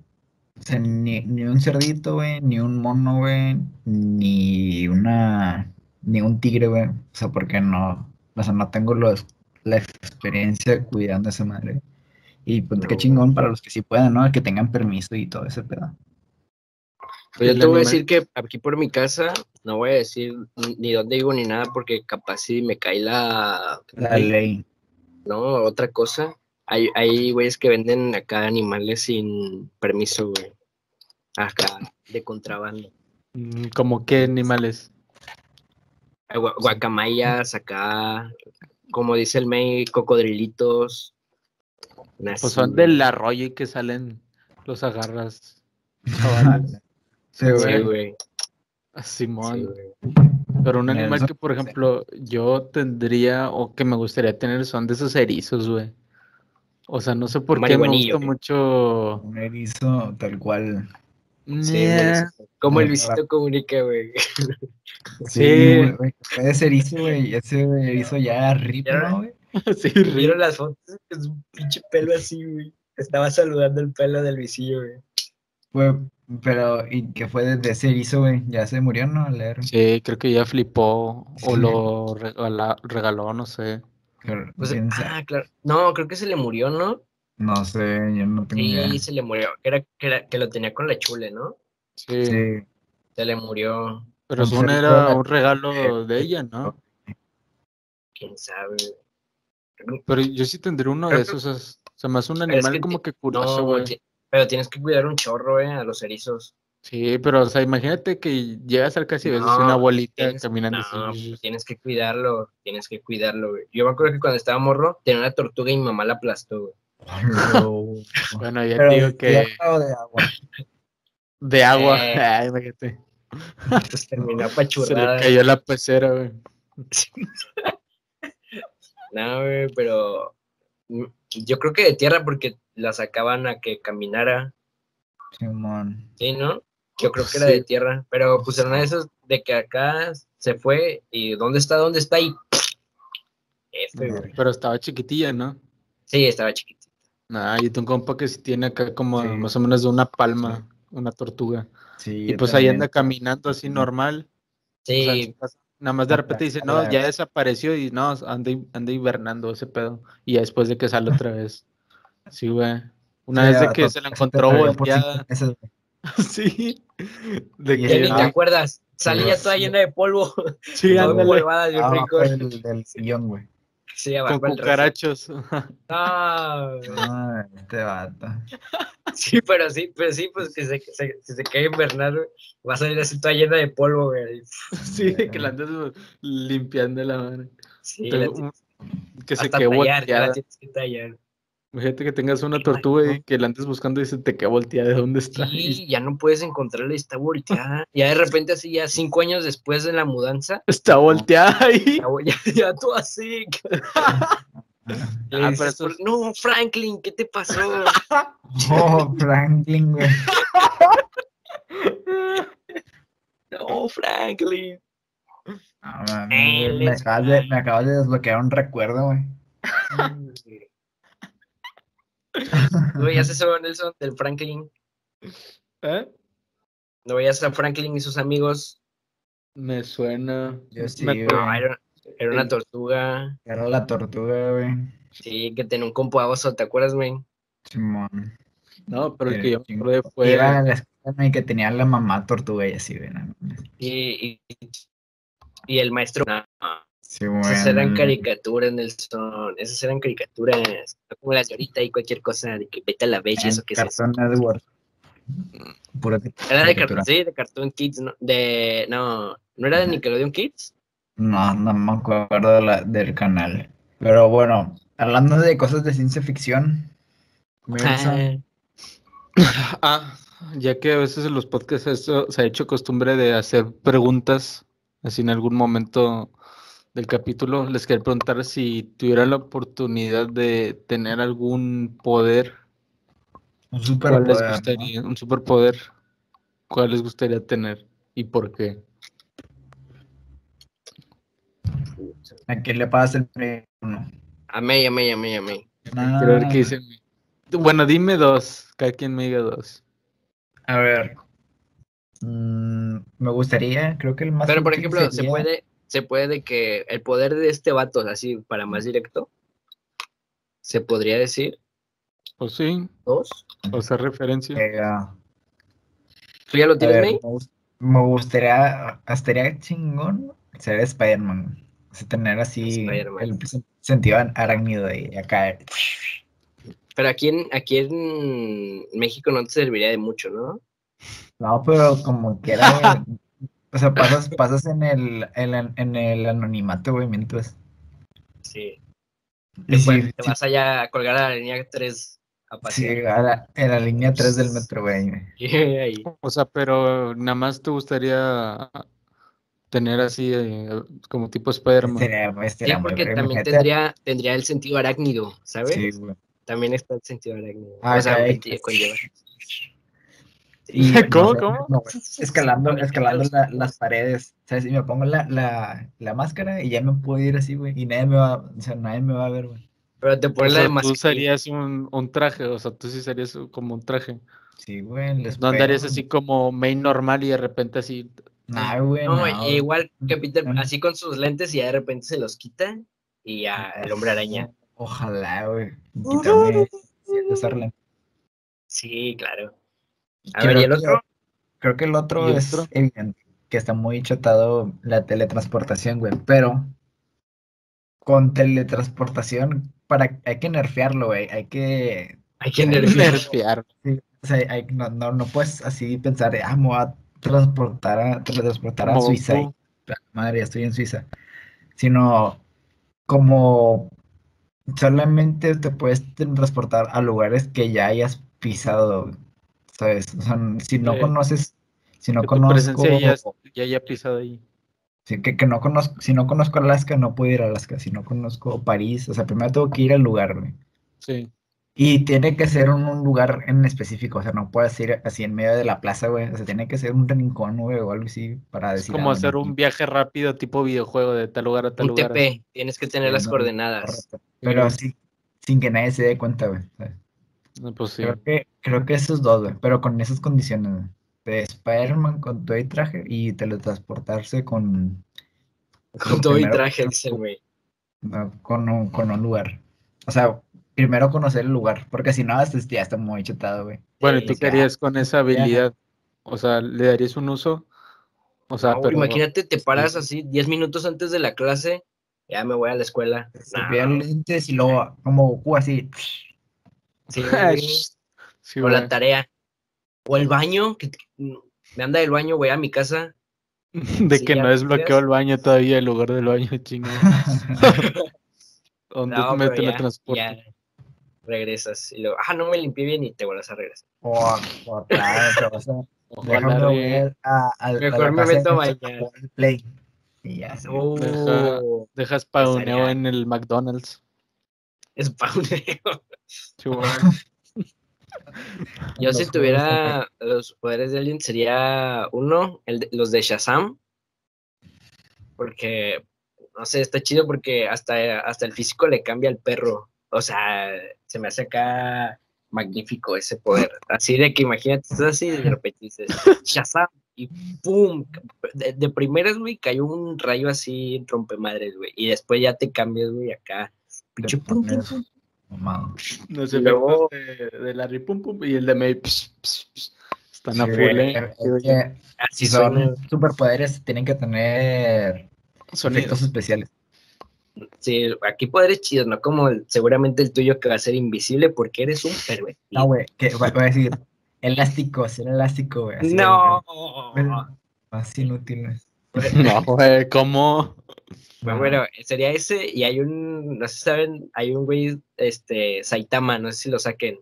[SPEAKER 2] o sea, ni, ni un cerdito, güey, ni un mono, güey, ni una, ni un tigre, güey. O sea, porque no, o sea, no tengo los, la experiencia cuidando a esa madre. Y pues qué
[SPEAKER 3] No.
[SPEAKER 2] chingón para los que sí puedan, ¿no? Que tengan permiso y todo ese pedo.
[SPEAKER 3] Pues
[SPEAKER 4] El
[SPEAKER 3] yo te voy a
[SPEAKER 4] animal.
[SPEAKER 3] decir que aquí por mi casa, no voy a decir ni- ni dónde vivo ni nada, porque capaz si me cae la,
[SPEAKER 2] La ley.
[SPEAKER 3] no, otra cosa. Hay, hay güeyes que venden acá animales sin permiso, güey. Acá, de contrabando.
[SPEAKER 4] Mm, Como qué animales.
[SPEAKER 3] Hay gua- Guacamayas, acá, como dice el May, cocodrilitos.
[SPEAKER 4] Pues
[SPEAKER 3] Nací,
[SPEAKER 4] son
[SPEAKER 3] güey.
[SPEAKER 4] del arroyo y que salen, los agarras. chavales.
[SPEAKER 2] Sí,
[SPEAKER 3] Sí,
[SPEAKER 2] güey.
[SPEAKER 3] güey.
[SPEAKER 4] Ah,
[SPEAKER 3] sí,
[SPEAKER 4] Simón.
[SPEAKER 3] güey.
[SPEAKER 4] Pero un
[SPEAKER 2] Mira,
[SPEAKER 4] animal
[SPEAKER 2] eso-
[SPEAKER 4] que, por ejemplo, yo tendría o que me gustaría tener son de esos erizos, güey. O sea, no sé por qué me
[SPEAKER 3] Marihuanillo,
[SPEAKER 4] gusta mucho.
[SPEAKER 2] Un erizo tal cual.
[SPEAKER 3] Sí,
[SPEAKER 4] Nah.
[SPEAKER 3] güey, sí. Como el
[SPEAKER 2] Sí,
[SPEAKER 3] Luisito comunica, güey.
[SPEAKER 4] Sí.
[SPEAKER 2] güey, güey. Ese erizo, güey. Ese erizo ya rip,
[SPEAKER 3] Ya-
[SPEAKER 2] ¿no, güey?
[SPEAKER 4] Sí,
[SPEAKER 3] Vieron las fotos, es un pinche pelo así, güey. Estaba saludando el pelo del Luisillo, güey.
[SPEAKER 2] Fue- Pero, ¿y qué fue de de ese erizo, güey? Ya se murió, ¿no? Le-
[SPEAKER 4] Sí, creo que ya flipó o
[SPEAKER 2] Sí.
[SPEAKER 4] lo regala- regaló, no sé.
[SPEAKER 2] creo-
[SPEAKER 3] Pues,
[SPEAKER 2] quién sa-
[SPEAKER 3] ah, claro. No, creo que se le murió, ¿no?
[SPEAKER 2] No sé, yo no tengo idea.
[SPEAKER 3] Sí, se le murió. Era, que era que lo tenía con la chule, ¿no?
[SPEAKER 4] Sí,
[SPEAKER 2] Sí.
[SPEAKER 3] Se le murió.
[SPEAKER 4] pero
[SPEAKER 2] Con
[SPEAKER 4] según
[SPEAKER 2] ser
[SPEAKER 4] era
[SPEAKER 2] toda-
[SPEAKER 4] un regalo de ella, ¿no?
[SPEAKER 3] Quién sabe.
[SPEAKER 4] Pero yo sí tendría uno de
[SPEAKER 3] Creo que-
[SPEAKER 4] esos. o sea, Se me hace un
[SPEAKER 3] es
[SPEAKER 4] animal
[SPEAKER 3] que
[SPEAKER 4] como
[SPEAKER 3] ti-
[SPEAKER 4] que
[SPEAKER 3] No,
[SPEAKER 4] curioso,
[SPEAKER 3] güey,
[SPEAKER 4] güey.
[SPEAKER 3] ti- pero tienes que cuidar un chorro, eh, a los erizos.
[SPEAKER 4] Sí, pero o sea, imagínate que llegas al casi y ves así
[SPEAKER 3] No,
[SPEAKER 4] una abuelita
[SPEAKER 3] tienes-
[SPEAKER 4] caminando
[SPEAKER 3] No,
[SPEAKER 4] así.
[SPEAKER 3] pues, tienes que cuidarlo, tienes que cuidarlo, güey. Yo me acuerdo que cuando estaba morro, tenía una tortuga y mi mamá la aplastó, güey.
[SPEAKER 4] Bueno, ya
[SPEAKER 2] Pero
[SPEAKER 4] te digo que
[SPEAKER 2] desviado de agua.
[SPEAKER 4] de agua,
[SPEAKER 3] Eh.
[SPEAKER 4] ay, imagínate.
[SPEAKER 3] Pues terminó
[SPEAKER 4] Se le
[SPEAKER 3] apachurrada.
[SPEAKER 4] cayó la pecera, güey.
[SPEAKER 3] No, güey, pero mm, yo creo que de tierra porque la sacaban a que caminara,
[SPEAKER 2] Simón.
[SPEAKER 3] ¿sí, no? Yo creo que era
[SPEAKER 4] Sí.
[SPEAKER 3] de tierra, pero pusieron a esos de que acá se fue y ¿dónde está? ¿Dónde está? Y F, güey.
[SPEAKER 4] Pero estaba chiquitilla, ¿no?
[SPEAKER 3] Sí, estaba chiquitito.
[SPEAKER 4] Nah, yo tengo un compa que sí tiene acá como
[SPEAKER 2] Sí.
[SPEAKER 4] más o menos de una palma, una tortuga.
[SPEAKER 2] Sí,
[SPEAKER 4] Y
[SPEAKER 2] yo
[SPEAKER 4] pues ahí
[SPEAKER 2] también.
[SPEAKER 4] anda caminando así normal. o sea,
[SPEAKER 3] Sí,
[SPEAKER 4] pasa- nada más de
[SPEAKER 3] Ah,
[SPEAKER 2] Ajá,
[SPEAKER 4] repente dice,
[SPEAKER 2] a
[SPEAKER 4] no,
[SPEAKER 2] la
[SPEAKER 4] ya
[SPEAKER 2] vez.
[SPEAKER 4] desapareció y no, anda, hi- anda hibernando ese pedo. Y ya después de que sale otra vez. Sí, güey. Una
[SPEAKER 2] Sí,
[SPEAKER 4] vez de
[SPEAKER 2] a
[SPEAKER 4] que
[SPEAKER 2] to-
[SPEAKER 4] se la
[SPEAKER 2] este
[SPEAKER 4] encontró
[SPEAKER 2] perdió por cinco
[SPEAKER 4] volteada.
[SPEAKER 2] meses, güey.
[SPEAKER 4] Sí. De
[SPEAKER 2] Y
[SPEAKER 3] ya
[SPEAKER 2] el-
[SPEAKER 4] que,
[SPEAKER 3] ni te
[SPEAKER 4] ah,
[SPEAKER 3] acuerdas. Salía
[SPEAKER 2] sí.
[SPEAKER 3] toda llena de polvo.
[SPEAKER 4] sí,
[SPEAKER 2] No,
[SPEAKER 4] ándale, Ah,
[SPEAKER 3] huevada de un
[SPEAKER 2] Abajo
[SPEAKER 3] rincón.
[SPEAKER 2] del, del sillón, güey.
[SPEAKER 3] Sí,
[SPEAKER 4] con
[SPEAKER 3] abajo el rastro.
[SPEAKER 4] cucarachos.
[SPEAKER 3] No, güey.
[SPEAKER 2] Ah, este vato.
[SPEAKER 3] Sí, pero sí, pero sí, pues que se, se- si se cae invernar, güey, va a salir así toda llena de polvo, güey.
[SPEAKER 4] sí, de que la andas limpiando la mano.
[SPEAKER 3] Sí,
[SPEAKER 4] Pero
[SPEAKER 3] la
[SPEAKER 4] Pues, un-
[SPEAKER 3] tienes-
[SPEAKER 4] Que se
[SPEAKER 3] hasta
[SPEAKER 4] quedó
[SPEAKER 3] tallar, ya la
[SPEAKER 4] volteada.
[SPEAKER 3] tienes que tallar.
[SPEAKER 4] Imagínate que tengas una tortuga y que la andes buscando y se te quedó volteada. ¿De dónde está? Y
[SPEAKER 3] Sí, ya no puedes encontrarla y está volteada. Ya de repente, así, ya cinco años después de la mudanza,
[SPEAKER 4] está volteada ahí.
[SPEAKER 3] ya, voy- ya, ya tú así. le
[SPEAKER 4] Ah,
[SPEAKER 3] dices,
[SPEAKER 4] pero eso es-
[SPEAKER 3] No, Franklin, ¿qué te pasó?
[SPEAKER 2] Oh, Franklin, güey.
[SPEAKER 3] no, Franklin.
[SPEAKER 2] No, mames,
[SPEAKER 3] Él
[SPEAKER 2] güey, me,
[SPEAKER 3] es
[SPEAKER 2] acabas de, me acabas de desbloquear un recuerdo, güey.
[SPEAKER 3] ¿No veías eso, Nelson, del Franklin?
[SPEAKER 4] ¿Eh?
[SPEAKER 3] ¿No veías a Franklin y sus amigos?
[SPEAKER 4] Me suena.
[SPEAKER 2] Yo sí,
[SPEAKER 4] Me-
[SPEAKER 2] güey.
[SPEAKER 3] No, era, era una
[SPEAKER 4] Sí.
[SPEAKER 3] tortuga.
[SPEAKER 2] Era la tortuga, güey.
[SPEAKER 3] Sí, que tenía un compo a oso, ¿te acuerdas, güey?
[SPEAKER 2] Simón.
[SPEAKER 4] No, pero el
[SPEAKER 2] Era
[SPEAKER 4] que yo me
[SPEAKER 2] chingo.
[SPEAKER 4] acordé
[SPEAKER 3] Pues,
[SPEAKER 4] fue.
[SPEAKER 2] Iba a la escuela y que tenía la mamá tortuga y así, güey. no mames.
[SPEAKER 3] Y, y, y el maestro. no,
[SPEAKER 2] Sí, güey.
[SPEAKER 3] Esas eran caricaturas, Nelson. Esas eran caricaturas. No como las de ahorita y cualquier cosa de que vete a la vez y eso que es eso.
[SPEAKER 2] Cartón Network. Pura
[SPEAKER 3] Era
[SPEAKER 2] caricatura.
[SPEAKER 3] de Cartoon, sí, de Cartoon Kids, no, de, no, no era de
[SPEAKER 2] Ajá.
[SPEAKER 3] Nickelodeon Kids.
[SPEAKER 2] No, no me acuerdo de la- del canal. Pero bueno, hablando de cosas de ciencia ficción, Wilson,
[SPEAKER 3] Ah,
[SPEAKER 4] Ah, ya que a veces en los podcasts eso- se ha hecho costumbre de hacer preguntas, así en algún momento del capítulo, les quería preguntar si tuvieran la oportunidad de tener algún poder,
[SPEAKER 2] un
[SPEAKER 4] ¿cuál les
[SPEAKER 2] superpoder. ¿no?
[SPEAKER 4] gustaría, un superpoder, cuál les gustaría tener y por qué?
[SPEAKER 2] ¿A quién le pagas el premio? No.
[SPEAKER 3] amé, amé, amé, amé.
[SPEAKER 4] Quiero ver
[SPEAKER 2] Ah.
[SPEAKER 4] qué dicen. Bueno, dime dos, cada quien me diga dos.
[SPEAKER 2] Ah, A ver. Mm, me gustaría, creo que el más.
[SPEAKER 3] Pero por
[SPEAKER 2] útil
[SPEAKER 3] ejemplo, se
[SPEAKER 2] sería-
[SPEAKER 3] puede, se puede que el poder de este vato, así para más directo, se podría decir
[SPEAKER 4] Pues sí,
[SPEAKER 3] dos.
[SPEAKER 4] o sea, referencia.
[SPEAKER 2] eh, ah,
[SPEAKER 3] ¿Tú ya lo
[SPEAKER 2] A
[SPEAKER 3] tienes,
[SPEAKER 2] ver,
[SPEAKER 3] May?
[SPEAKER 2] me gust- me gustaría, estaría chingón ser Spider-Man. O sea, tener así
[SPEAKER 3] Spider-Man.
[SPEAKER 2] el sen- sentido ar- arácnido ahí, acá.
[SPEAKER 3] Pero aquí en, aquí en México no te serviría de mucho, ¿no?
[SPEAKER 2] No, pero como quiera, güey. O sea, pasas, pasas en el, en, la- en el anonimato, güey, mientras.
[SPEAKER 3] Sí.
[SPEAKER 2] Y
[SPEAKER 3] Bueno,
[SPEAKER 2] sí,
[SPEAKER 3] te
[SPEAKER 2] sí,
[SPEAKER 3] vas allá a colgar a la línea 3 a pasear.
[SPEAKER 2] sí, a la, en la línea 3 del metro, güey.
[SPEAKER 3] Ahí.
[SPEAKER 4] O sea, pero nada más te gustaría tener así eh, como tipo Spider-Man.
[SPEAKER 2] Sería,
[SPEAKER 3] Sí,
[SPEAKER 2] sería muy
[SPEAKER 3] porque
[SPEAKER 2] verga,
[SPEAKER 3] también
[SPEAKER 2] imagínate.
[SPEAKER 3] tendría, tendría el sentido arácnido, ¿sabes?
[SPEAKER 2] Sí, güey.
[SPEAKER 3] También está el sentido arácnido.
[SPEAKER 2] Ah,
[SPEAKER 3] o sea,
[SPEAKER 2] caray.
[SPEAKER 3] que te conlleva.
[SPEAKER 2] Y,
[SPEAKER 4] ¿Cómo,
[SPEAKER 2] no sé,
[SPEAKER 4] cómo?
[SPEAKER 2] no, güey, escalando, escalando la- las paredes. ¿Sabes? Y me pongo la, la, la máscara y ya me puedo ir así, güey. Y nadie me va, o sea, nadie me va a ver, güey.
[SPEAKER 3] Pero te
[SPEAKER 4] O
[SPEAKER 3] pones la
[SPEAKER 4] sea,
[SPEAKER 3] de
[SPEAKER 4] tú
[SPEAKER 3] mascarilla.
[SPEAKER 4] serías un, un traje, o sea, tú sí serías como un traje.
[SPEAKER 2] Sí, güey. les
[SPEAKER 4] No andarías
[SPEAKER 2] pego.
[SPEAKER 4] así como main normal y de repente así.
[SPEAKER 2] Nah, güey.
[SPEAKER 3] No,
[SPEAKER 2] no,
[SPEAKER 3] e
[SPEAKER 2] güey.
[SPEAKER 3] igual que Peter,
[SPEAKER 2] Mm.
[SPEAKER 3] así con sus lentes y ya de repente se los quita y ya
[SPEAKER 2] Ah,
[SPEAKER 3] el hombre araña.
[SPEAKER 2] Ojalá, güey. Quitarme usarla.
[SPEAKER 3] Sí, claro. A
[SPEAKER 2] Creo
[SPEAKER 3] ver, ¿y el
[SPEAKER 2] que-
[SPEAKER 3] otro?
[SPEAKER 2] Creo que el otro
[SPEAKER 4] ¿Y
[SPEAKER 2] es
[SPEAKER 4] otro?
[SPEAKER 2] evidente, que está muy chatado la teletransportación, güey. Pero con teletransportación, para, hay que nerfearlo, güey. Hay que.
[SPEAKER 3] Hay que nerfear.
[SPEAKER 4] Nerfear.
[SPEAKER 2] O sea, hay- no, no, no puedes así pensar, de, ah, me voy a transportar a, teletransportar a
[SPEAKER 4] como
[SPEAKER 2] Suiza. y,
[SPEAKER 4] Goku.
[SPEAKER 2] madre, ya estoy en Suiza. Sino como solamente te puedes transportar a lugares que ya hayas pisado, güey, ¿sabes? O sea, si no
[SPEAKER 4] Eh,
[SPEAKER 2] conoces, si no
[SPEAKER 4] que tu
[SPEAKER 2] conozco.
[SPEAKER 4] presencia ya, ya haya pisado ahí.
[SPEAKER 2] Sí, que, que no conozco, si no conozco Alaska, no puedo ir a Alaska. Si no conozco París, o sea, primero tengo que ir al lugar, güey.
[SPEAKER 4] Sí.
[SPEAKER 2] Y tiene que ser un, un lugar en específico, o sea, no puedes ir así en medio de la plaza, güey. O sea, tiene que ser un rincón, güey, o algo así para
[SPEAKER 4] Es
[SPEAKER 2] decir.
[SPEAKER 4] como
[SPEAKER 2] ah, bueno,
[SPEAKER 4] hacer
[SPEAKER 2] aquí-
[SPEAKER 4] un viaje rápido tipo videojuego de tal lugar a tal
[SPEAKER 3] Un
[SPEAKER 4] lugar. así.
[SPEAKER 3] TP, tienes que tener
[SPEAKER 2] Sí,
[SPEAKER 3] las
[SPEAKER 2] no,
[SPEAKER 3] coordenadas.
[SPEAKER 2] correcto. Pero así, sin que nadie se dé cuenta, güey. ¿sabes?
[SPEAKER 4] No, Pues sí.
[SPEAKER 2] Creo que, creo que esos dos, güey, pero con esas condiciones, güey. De Spider-Man con todo y traje y teletransportarse con,
[SPEAKER 3] Con todo y
[SPEAKER 2] primero-
[SPEAKER 3] traje, dice el güey.
[SPEAKER 2] No, ah, con un, con un lugar. O sea, primero conocer el lugar, porque si no, este ya está muy chetado, güey.
[SPEAKER 4] Bueno,
[SPEAKER 3] Sí,
[SPEAKER 4] ¿y tú
[SPEAKER 3] sí,
[SPEAKER 4] qué
[SPEAKER 2] ah,
[SPEAKER 4] harías con esa
[SPEAKER 2] ya.
[SPEAKER 4] habilidad? O sea, ¿le darías un uso? O sea,
[SPEAKER 3] No,
[SPEAKER 4] Ah, pero
[SPEAKER 3] imagínate, te paras así 10 minutos antes de la clase, ya me voy a la escuela.
[SPEAKER 2] Se
[SPEAKER 3] Nah,
[SPEAKER 2] pierden lentes y luego, como Goku, así.
[SPEAKER 3] sí,
[SPEAKER 4] Sí,
[SPEAKER 3] o
[SPEAKER 4] güey.
[SPEAKER 3] la tarea. O el baño, que me anda del baño, voy a mi casa.
[SPEAKER 4] De
[SPEAKER 3] Sí,
[SPEAKER 4] que
[SPEAKER 3] ya
[SPEAKER 4] no
[SPEAKER 3] no
[SPEAKER 4] desbloqueó
[SPEAKER 3] creas.
[SPEAKER 4] el baño todavía, el lugar del baño, chingado. ¿Dónde
[SPEAKER 3] No,
[SPEAKER 4] me
[SPEAKER 3] pero ya,
[SPEAKER 4] teletransporto?
[SPEAKER 3] ya regresas. Y luego, ah, no me limpié bien y te vuelves a regresar.
[SPEAKER 2] O a- o atrás, o sea,
[SPEAKER 4] Ojalá,
[SPEAKER 2] déjame
[SPEAKER 4] güey.
[SPEAKER 2] ver a, a- a la
[SPEAKER 3] Mejor me
[SPEAKER 2] casa de
[SPEAKER 3] meto a
[SPEAKER 2] nuestro
[SPEAKER 3] Uh, bañar.
[SPEAKER 2] jugador de Play. Y ya, sí.
[SPEAKER 3] Oh,
[SPEAKER 4] Dejas pauneo
[SPEAKER 3] Sería-
[SPEAKER 4] en el McDonald's.
[SPEAKER 3] spawneo.
[SPEAKER 4] Sí, güey.
[SPEAKER 3] Yo
[SPEAKER 2] Los juegos
[SPEAKER 3] si
[SPEAKER 2] de-
[SPEAKER 3] tuviera los poderes de alguien sería uno, el de- los de Shazam. Porque, no sé, está chido porque hasta, hasta el físico le cambia al perro. O sea, se me hace acá magnífico ese poder. Así de que imagínate, estás así y de repente dices, Shazam. Y ¡pum! De, de primeras, güey, cayó un rayo así, rompemadres, güey. Y después ya te cambias, güey, acá. Pinche
[SPEAKER 2] de
[SPEAKER 3] pum, pum,
[SPEAKER 2] poner
[SPEAKER 3] pum.
[SPEAKER 2] mamado.
[SPEAKER 4] Los
[SPEAKER 3] Y luego-
[SPEAKER 4] efectos de, de Larry Pum Pum y el de May. pss, pss, pss. Están a
[SPEAKER 2] Sí,
[SPEAKER 4] full,
[SPEAKER 2] güey,
[SPEAKER 4] eh.
[SPEAKER 2] es que
[SPEAKER 3] Así
[SPEAKER 2] Si
[SPEAKER 3] suena.
[SPEAKER 2] son superpoderes, tienen que tener efectos
[SPEAKER 4] Sonidos.
[SPEAKER 2] especiales.
[SPEAKER 3] Sí, aquí poderes chidos, ¿no? Como el- seguramente el tuyo que va a ser invisible porque eres un
[SPEAKER 2] No,
[SPEAKER 3] pervertido.
[SPEAKER 2] güey, que va, va a decir elástico, ser elástico, güey. así,
[SPEAKER 3] No,
[SPEAKER 2] güey. Más inútil, güey.
[SPEAKER 4] No, güey, ¿cómo?
[SPEAKER 3] Bueno, bueno, sería ese y hay un, no sé si saben, hay un güey, este, Saitama, no sé si lo saquen.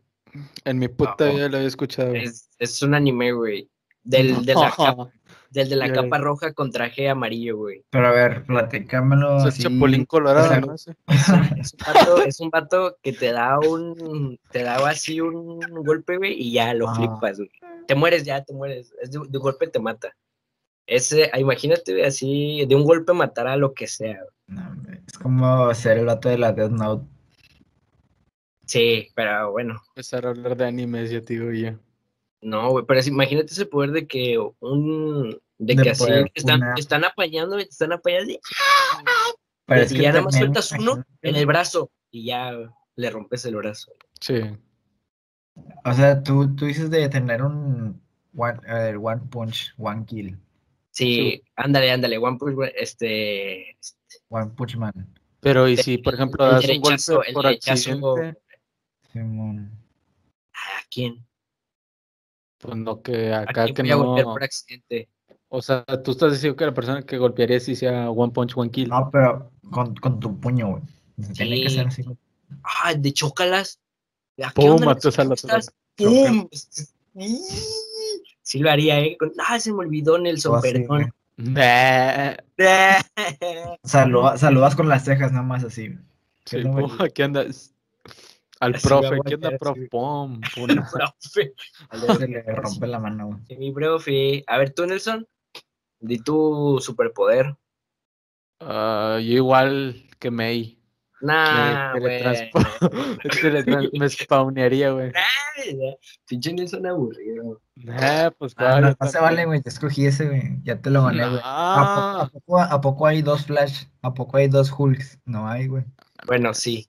[SPEAKER 4] En mi puta
[SPEAKER 2] No.
[SPEAKER 4] vida lo había escuchado.
[SPEAKER 3] Es, es un anime, güey. Del de la, capa, del de la
[SPEAKER 4] Ya.
[SPEAKER 3] capa roja con traje amarillo, güey.
[SPEAKER 2] Pero a ver, platícamelo
[SPEAKER 4] O sea,
[SPEAKER 2] así.
[SPEAKER 4] Chapulín
[SPEAKER 2] o sea,
[SPEAKER 4] Colorado, ¿no? Sí.
[SPEAKER 3] Es un vato, es un vato que te da un, te da así un golpe, güey, y ya lo
[SPEAKER 2] Ah.
[SPEAKER 3] flipas, güey. Te mueres ya, te mueres. Es de, de un golpe te mata. Ese, ah, imagínate, güey, así, de un golpe matar a lo que sea. güey.
[SPEAKER 2] no, hombre, es como ser el vato de la Death Note.
[SPEAKER 3] Sí, pero bueno.
[SPEAKER 4] Empezar a hablar de animes, ya te digo yo.
[SPEAKER 3] No, güey, pero es- imagínate ese poder de que un, de
[SPEAKER 2] De
[SPEAKER 3] que así,
[SPEAKER 2] poder,
[SPEAKER 3] están,
[SPEAKER 2] una-
[SPEAKER 3] están apañando, güey, te están apañando, y
[SPEAKER 2] Pero
[SPEAKER 3] y ya nada más
[SPEAKER 2] también,
[SPEAKER 3] sueltas uno
[SPEAKER 2] imagínate,
[SPEAKER 3] en el brazo, y ya güey, le rompes el brazo.
[SPEAKER 4] Sí.
[SPEAKER 2] O sea, tú, tú dices de tener un, One, eh, one Punch, One Kill,
[SPEAKER 3] Sí, ándale, ándale, One Punch Man, este,
[SPEAKER 2] One Punch Man.
[SPEAKER 4] Pero y si, por ejemplo,
[SPEAKER 3] el
[SPEAKER 4] das un
[SPEAKER 3] derechazo,
[SPEAKER 4] golpe
[SPEAKER 3] el
[SPEAKER 4] por
[SPEAKER 3] derechazo.
[SPEAKER 4] accidente,
[SPEAKER 2] Simón.
[SPEAKER 3] ¿a quién?
[SPEAKER 4] pues no que
[SPEAKER 3] ¿A
[SPEAKER 4] acá
[SPEAKER 3] quién
[SPEAKER 4] que
[SPEAKER 3] voy a golpear
[SPEAKER 4] no-
[SPEAKER 3] por accidente?
[SPEAKER 4] O sea, tú estás diciendo que la persona que golpearía si sea One Punch, One Kill.
[SPEAKER 2] No, pero con, con tu puño, güey. Tiene que
[SPEAKER 3] Sí.
[SPEAKER 2] ser así. con-
[SPEAKER 3] Ah, de chócalas. ¿A qué
[SPEAKER 4] Pum,
[SPEAKER 3] onda,
[SPEAKER 4] matas a la
[SPEAKER 3] chocas?
[SPEAKER 2] persona.
[SPEAKER 3] Pum. pues, Sí lo haría, ¿eh? Con- Ah, se me olvidó Nelson,
[SPEAKER 2] Oh, sí, güey.
[SPEAKER 3] perdón.
[SPEAKER 4] Nah.
[SPEAKER 2] Saluda- saludas con las cejas nada más así. güey.
[SPEAKER 4] Sí,
[SPEAKER 2] onda, güey?
[SPEAKER 4] po, ¿qué onda? Es- Al
[SPEAKER 3] Así
[SPEAKER 4] profe,
[SPEAKER 3] me voy a
[SPEAKER 4] ¿qué onda,
[SPEAKER 3] quedar
[SPEAKER 4] profe?
[SPEAKER 3] así.
[SPEAKER 4] Pum, pum.
[SPEAKER 3] El profe.
[SPEAKER 2] Se le rompe la mano, güey.
[SPEAKER 3] Sí, mi profe. A ver, tú, Nelson, di tu superpoder.
[SPEAKER 4] Ah, yo igual que May.
[SPEAKER 3] Nah,
[SPEAKER 4] Me
[SPEAKER 3] güey.
[SPEAKER 4] teletransporto. Teletran- Me spawnearía, güey.
[SPEAKER 3] Pinche Nelson aburrido.
[SPEAKER 4] Nah, pues
[SPEAKER 2] Ah,
[SPEAKER 4] claro,
[SPEAKER 2] no,
[SPEAKER 4] yo
[SPEAKER 2] no se
[SPEAKER 4] también.
[SPEAKER 2] vale, güey. Yo escogí ese, güey. Ya te lo gané, güey. ¿A,
[SPEAKER 4] Ah,
[SPEAKER 2] poco, a poco- a poco hay dos Flash? ¿A poco hay dos Hulks? No hay, güey.
[SPEAKER 3] Bueno, sí.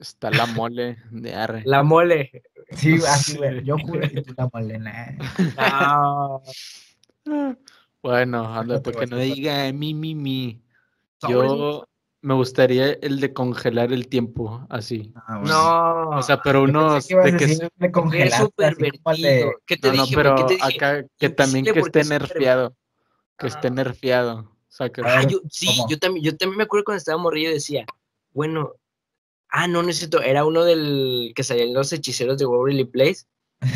[SPEAKER 4] está la mole de arre.
[SPEAKER 3] La mole.
[SPEAKER 2] Sí, güey, así,
[SPEAKER 4] Sí.
[SPEAKER 2] güey. Yo juro que tú la molena.
[SPEAKER 3] Ah,
[SPEAKER 4] Bueno, anda,
[SPEAKER 2] te
[SPEAKER 4] porque no
[SPEAKER 2] vas a pasar.
[SPEAKER 4] diga eh, mi, mi, mi.
[SPEAKER 3] Sobre-
[SPEAKER 4] Yo me gustaría el de congelar el tiempo, así.
[SPEAKER 3] no.
[SPEAKER 4] O sea, pero
[SPEAKER 2] Yo pensé
[SPEAKER 4] unos
[SPEAKER 2] que ibas
[SPEAKER 4] de
[SPEAKER 2] a
[SPEAKER 4] que
[SPEAKER 2] decir, me
[SPEAKER 3] es
[SPEAKER 2] congelaste así como el de-
[SPEAKER 3] pervertido. ¿Qué te
[SPEAKER 4] No, no,
[SPEAKER 3] dije? güey?
[SPEAKER 4] pero
[SPEAKER 3] ¿Qué te dije?
[SPEAKER 4] acá que también que
[SPEAKER 3] Invisible
[SPEAKER 4] esté
[SPEAKER 3] porque es
[SPEAKER 4] nerfeado. Que esté
[SPEAKER 3] Ah.
[SPEAKER 4] nerfeado. O sea, que...
[SPEAKER 3] Ah,
[SPEAKER 2] ver,
[SPEAKER 3] yo, sí,
[SPEAKER 2] ¿cómo?
[SPEAKER 3] yo también, yo también me acuerdo cuando estaba morrillo decía, bueno, ah, no necesito, era uno del que salían los hechiceros de Waverly Place,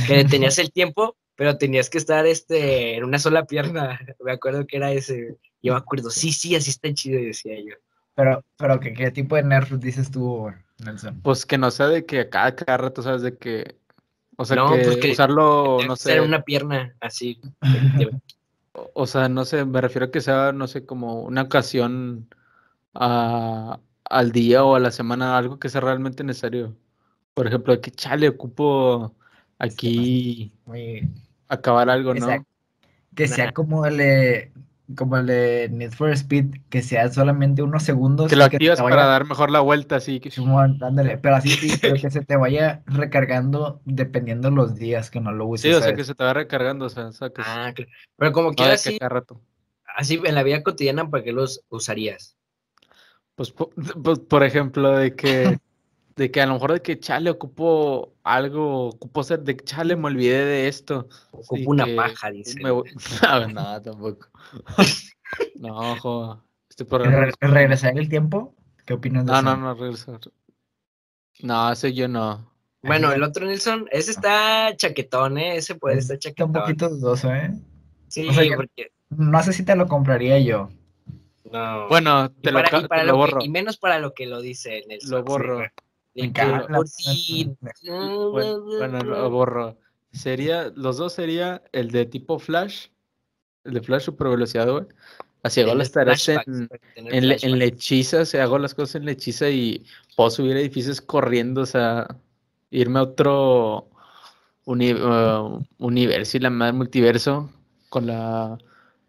[SPEAKER 3] que detenías el tiempo, pero tenías que estar este, en una sola pierna. Me acuerdo que era ese. Yo me acuerdo, sí, sí, así está chido, decía yo.
[SPEAKER 2] Pero, pero ¿qué, qué tipo de nerf dices tú, güey, Nelson?
[SPEAKER 4] Pues que no sea de que cada, cada rato, ¿sabes? De que... O sea,
[SPEAKER 3] No,
[SPEAKER 4] que
[SPEAKER 3] pues que
[SPEAKER 4] usarlo, no sé...
[SPEAKER 3] Era una pierna así.
[SPEAKER 2] pues.
[SPEAKER 4] o- O sea, no sé, me refiero a que sea, no sé, como una ocasión a- al día o a la semana, algo que sea realmente necesario. Por ejemplo, de que chale, ocupo aquí
[SPEAKER 2] Muy-
[SPEAKER 3] pues.
[SPEAKER 4] acabar algo,
[SPEAKER 2] que
[SPEAKER 4] ¿no?
[SPEAKER 2] sea- que sea
[SPEAKER 3] Nah.
[SPEAKER 2] como el de, como el de Need for Speed, que sea solamente unos segundos.
[SPEAKER 4] Que lo
[SPEAKER 2] y te
[SPEAKER 4] activas para
[SPEAKER 2] vaya-
[SPEAKER 4] dar mejor la vuelta, así que...
[SPEAKER 2] Simón, ándale, pero así sí, pero que se te vaya recargando dependiendo los días que no lo uses.
[SPEAKER 4] Sí, o sea,
[SPEAKER 2] ¿sabes?
[SPEAKER 4] que se te va recargando, o sea, o sea, que...
[SPEAKER 3] Ah, claro. Pero como
[SPEAKER 4] no
[SPEAKER 3] que
[SPEAKER 4] de que
[SPEAKER 3] así,
[SPEAKER 4] cada rato.
[SPEAKER 3] así en la vida cotidiana, ¿para qué los usarías?
[SPEAKER 4] Pues, po- pues, por, ejemplo, de que, de que a lo mejor de que chale ocupo algo, ocupo ser de que chale me olvidé de esto.
[SPEAKER 3] Ocupo
[SPEAKER 4] y
[SPEAKER 3] una
[SPEAKER 4] que
[SPEAKER 3] paja, dice.
[SPEAKER 4] me voy- no, no, tampoco. No, ojo, este programa.
[SPEAKER 2] Re- regresar el tiempo, ¿qué opinas de
[SPEAKER 4] No,
[SPEAKER 2] eso?
[SPEAKER 4] no, no, regresar. No, ese yo no.
[SPEAKER 3] Bueno, el otro Nelson, ese está chaquetón, ¿eh? Ese puede estar
[SPEAKER 2] Ah. Está un
[SPEAKER 3] chaquetón.
[SPEAKER 2] poquito dudoso, ¿eh?
[SPEAKER 3] Sí,
[SPEAKER 2] O sea, yo-
[SPEAKER 3] porque
[SPEAKER 2] No sé si te lo compraría yo.
[SPEAKER 3] no.
[SPEAKER 4] Bueno,
[SPEAKER 3] Y
[SPEAKER 4] te lo,
[SPEAKER 3] para-
[SPEAKER 4] ca-
[SPEAKER 3] y para
[SPEAKER 4] te
[SPEAKER 3] lo
[SPEAKER 4] lo
[SPEAKER 3] que-
[SPEAKER 4] borro.
[SPEAKER 3] y menos para lo que lo dice Nelson.
[SPEAKER 4] Lo borro.
[SPEAKER 3] De
[SPEAKER 2] Me
[SPEAKER 3] que,
[SPEAKER 2] caga la-
[SPEAKER 3] por si-
[SPEAKER 4] Bueno, bueno,
[SPEAKER 3] Ah,
[SPEAKER 4] lo borro. Sería, los dos sería el de tipo Flash, el de Flash super velocidad, güey. Así igual
[SPEAKER 3] tener
[SPEAKER 4] estarás
[SPEAKER 3] flashbacks,
[SPEAKER 4] en,
[SPEAKER 3] para tener
[SPEAKER 4] en, le- en
[SPEAKER 3] flashbacks.
[SPEAKER 4] lechiza, o sea, hago las cosas en lechiza y puedo subir edificios corriendo, o sea, irme a otro uni- ah, universo y la madre multiverso con la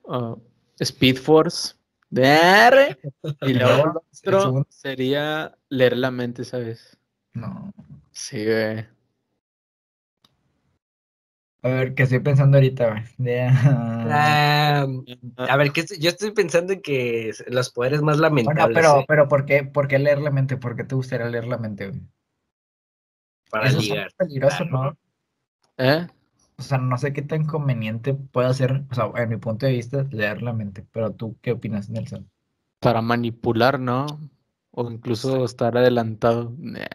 [SPEAKER 4] ah, Speed Force. ¡Arre! Y luego el
[SPEAKER 2] El
[SPEAKER 4] otro
[SPEAKER 2] segundo-
[SPEAKER 4] sería leer la mente, ¿sabes?
[SPEAKER 2] No.
[SPEAKER 4] Sí, güey.
[SPEAKER 2] A ver, que estoy pensando ahorita, güey. De-
[SPEAKER 4] mm.
[SPEAKER 3] Ah, a ver, que estoy- yo estoy pensando que es- los poderes más
[SPEAKER 2] Bueno,
[SPEAKER 3] lamentables
[SPEAKER 2] pero,
[SPEAKER 3] ¿eh?
[SPEAKER 2] pero ¿por qué, por qué leer la mente? ¿Por qué te gustaría leer la mente, güey?
[SPEAKER 3] para
[SPEAKER 2] Eso es
[SPEAKER 3] ligar.
[SPEAKER 2] peligroso,
[SPEAKER 3] claro.
[SPEAKER 2] ¿no?
[SPEAKER 4] ¿Eh?
[SPEAKER 2] O sea, no sé qué tan conveniente puede ser, o sea, en mi punto de vista, leer la mente. Pero tú, ¿qué opinas, Nelson?
[SPEAKER 4] Para manipular, ¿no? O incluso estar adelantado. Nah.